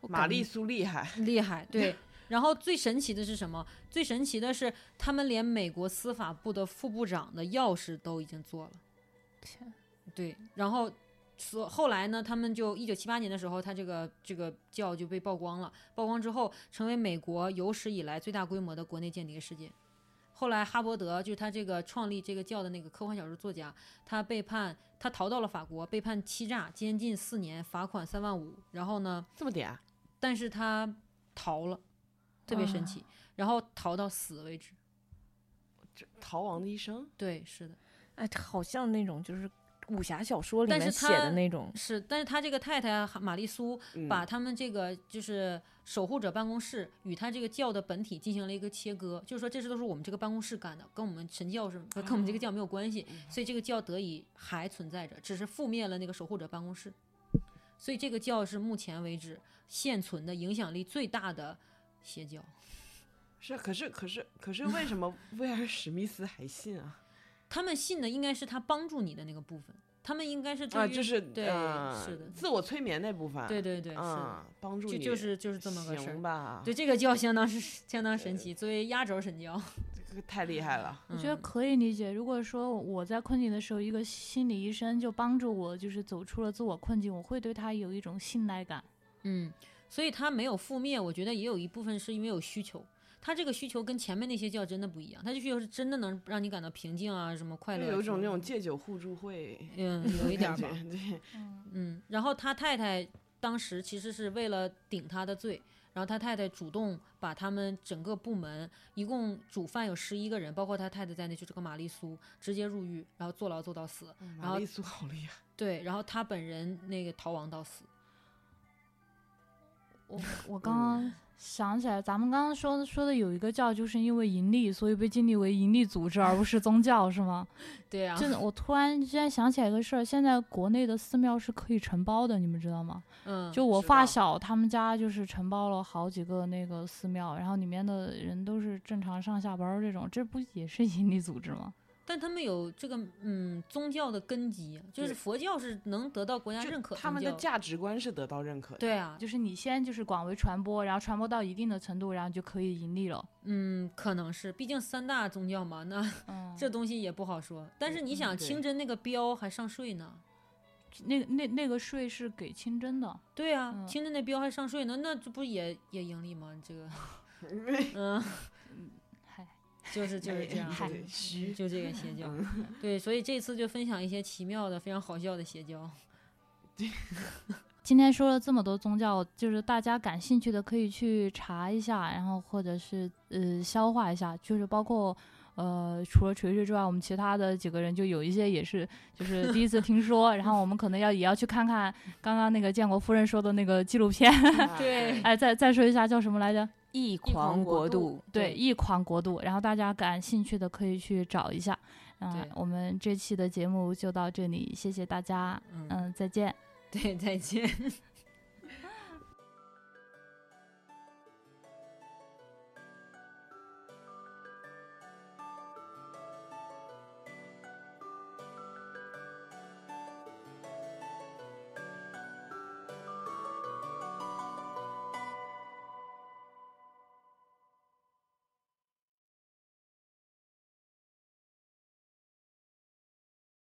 我
玛
感
丽苏厉害，
厉害，对。然后最神奇的是什么？最神奇的是，他们连美国司法部的副部长的钥匙都已经做了。
天，
对，然后所后来呢，他们就一九七八年的时候，他这个这个教就被曝光了。曝光之后，成为美国有史以来最大规模的国内间谍事件。后来，哈伯德就是他这个创立这个教的那个科幻小说作家，他被判他逃到了法国，被判欺诈，监禁四年，罚款三万五。然后呢，
这么点啊，
但是他逃了，特别神奇，然后逃到死为止。
这逃亡的一生，
对，是的。
哎，好像那种就是武侠小说里
但
面
是
写
他
的那种，
是，但是他这个太太哈玛丽苏
嗯
把他们这个就是守护者办公室与他这个教的本体进行了一个切割，就是说这事都是我们这个办公室干的，跟我们神教是不跟我们这个教没有关
哦
系，所以这个教得以还存在着，只是覆灭了那个守护者办公室。所以这个教是目前为止现存的影响力最大的邪教。
是，可是可是可是为 什么威尔史密斯还信啊？
他们信的应该是他帮助你的那个部分，他们应该是对
啊，
于
就是
对
呃
是的
自我催眠那部分，
对对对，
嗯，帮助
是的，
你
就就是就是这么个事
行
儿。
吧，呃
对，这个教相当是相当神奇，作为压轴神教，
这个太厉害了，
我觉得
嗯
可以理解。如果说我在困境的时候，一个心理医生就帮助我，就是走出了自我困境，我会对他有一种信赖感。
嗯，所以他没有覆灭，我觉得也有一部分是因为有需求。他这个需求跟前面那些教真的不一样，他这需求是真的能让你感到平静啊，什么快
就
乐啊，
有一种
什
那
么
种戒酒互助会，
嗯， 有一点儿吧
感，觉对，
嗯，
嗯，然后他太太当时其实是为了顶他的罪，然后他太太主动把他们整个部门一共主犯有十一个人，包括他太太在内，就这个玛丽苏直接入狱，然后坐牢坐到死。嗯然
玛
后
丽苏好厉害，
对，然后他本人那个逃亡到死。
我我刚
嗯
刚想起来，咱们刚刚说说的有一个教，就是因为盈利，所以被定义为盈利组织，而不是宗教，是 吗？
对啊，
真的，我突然之间想起来一个事儿，现在国内的寺庙是可以承包的，你们知道吗？
嗯，
就我
知
发
道
小他们家就是承包了好几个那个寺庙，然后里面的人都是正常上下班儿这种，这不也是盈利组织吗？
但他们有这个嗯宗教的根基啊，就是
对
佛教是能得到国家
就
认可宗教，
他们的价值观是得到认可的，
对啊，
就是你先就是广为传播，然后传播到一定的程度，然后就可以盈利了。
嗯，可能是，毕竟三大宗教嘛，那
嗯，
这东西也不好说。但是你
嗯
想，
哦对
清真那个标还上税呢。
那那那个税是给清真的，
对啊，
嗯
清真那标还上税呢，那这不也也盈利吗？这 个，嗯，
嗨，
就是就是
哎嗯
这样
嗨
的，
虚
就这个邪教。对，所以这次就分享一些奇妙的、非常好笑的邪教。
今天说了这么多宗教，就是大家感兴趣的可以去查一下，然后或者是呃消化一下，就是包括。呃，除了锤锤之外，我们其他的几个人就有一些也是，就是第一次听说，然后我们可能要也要去看看刚刚那个建国夫人说的那个纪录片，
啊
对
哎，再再说一下叫什么来着？
异
狂国
国
度，
对，异狂国度，然后大家感兴趣的可以去找一下。啊
对，
我们这期的节目就到这里，谢谢大家，
嗯，
嗯，再见。
对，再见。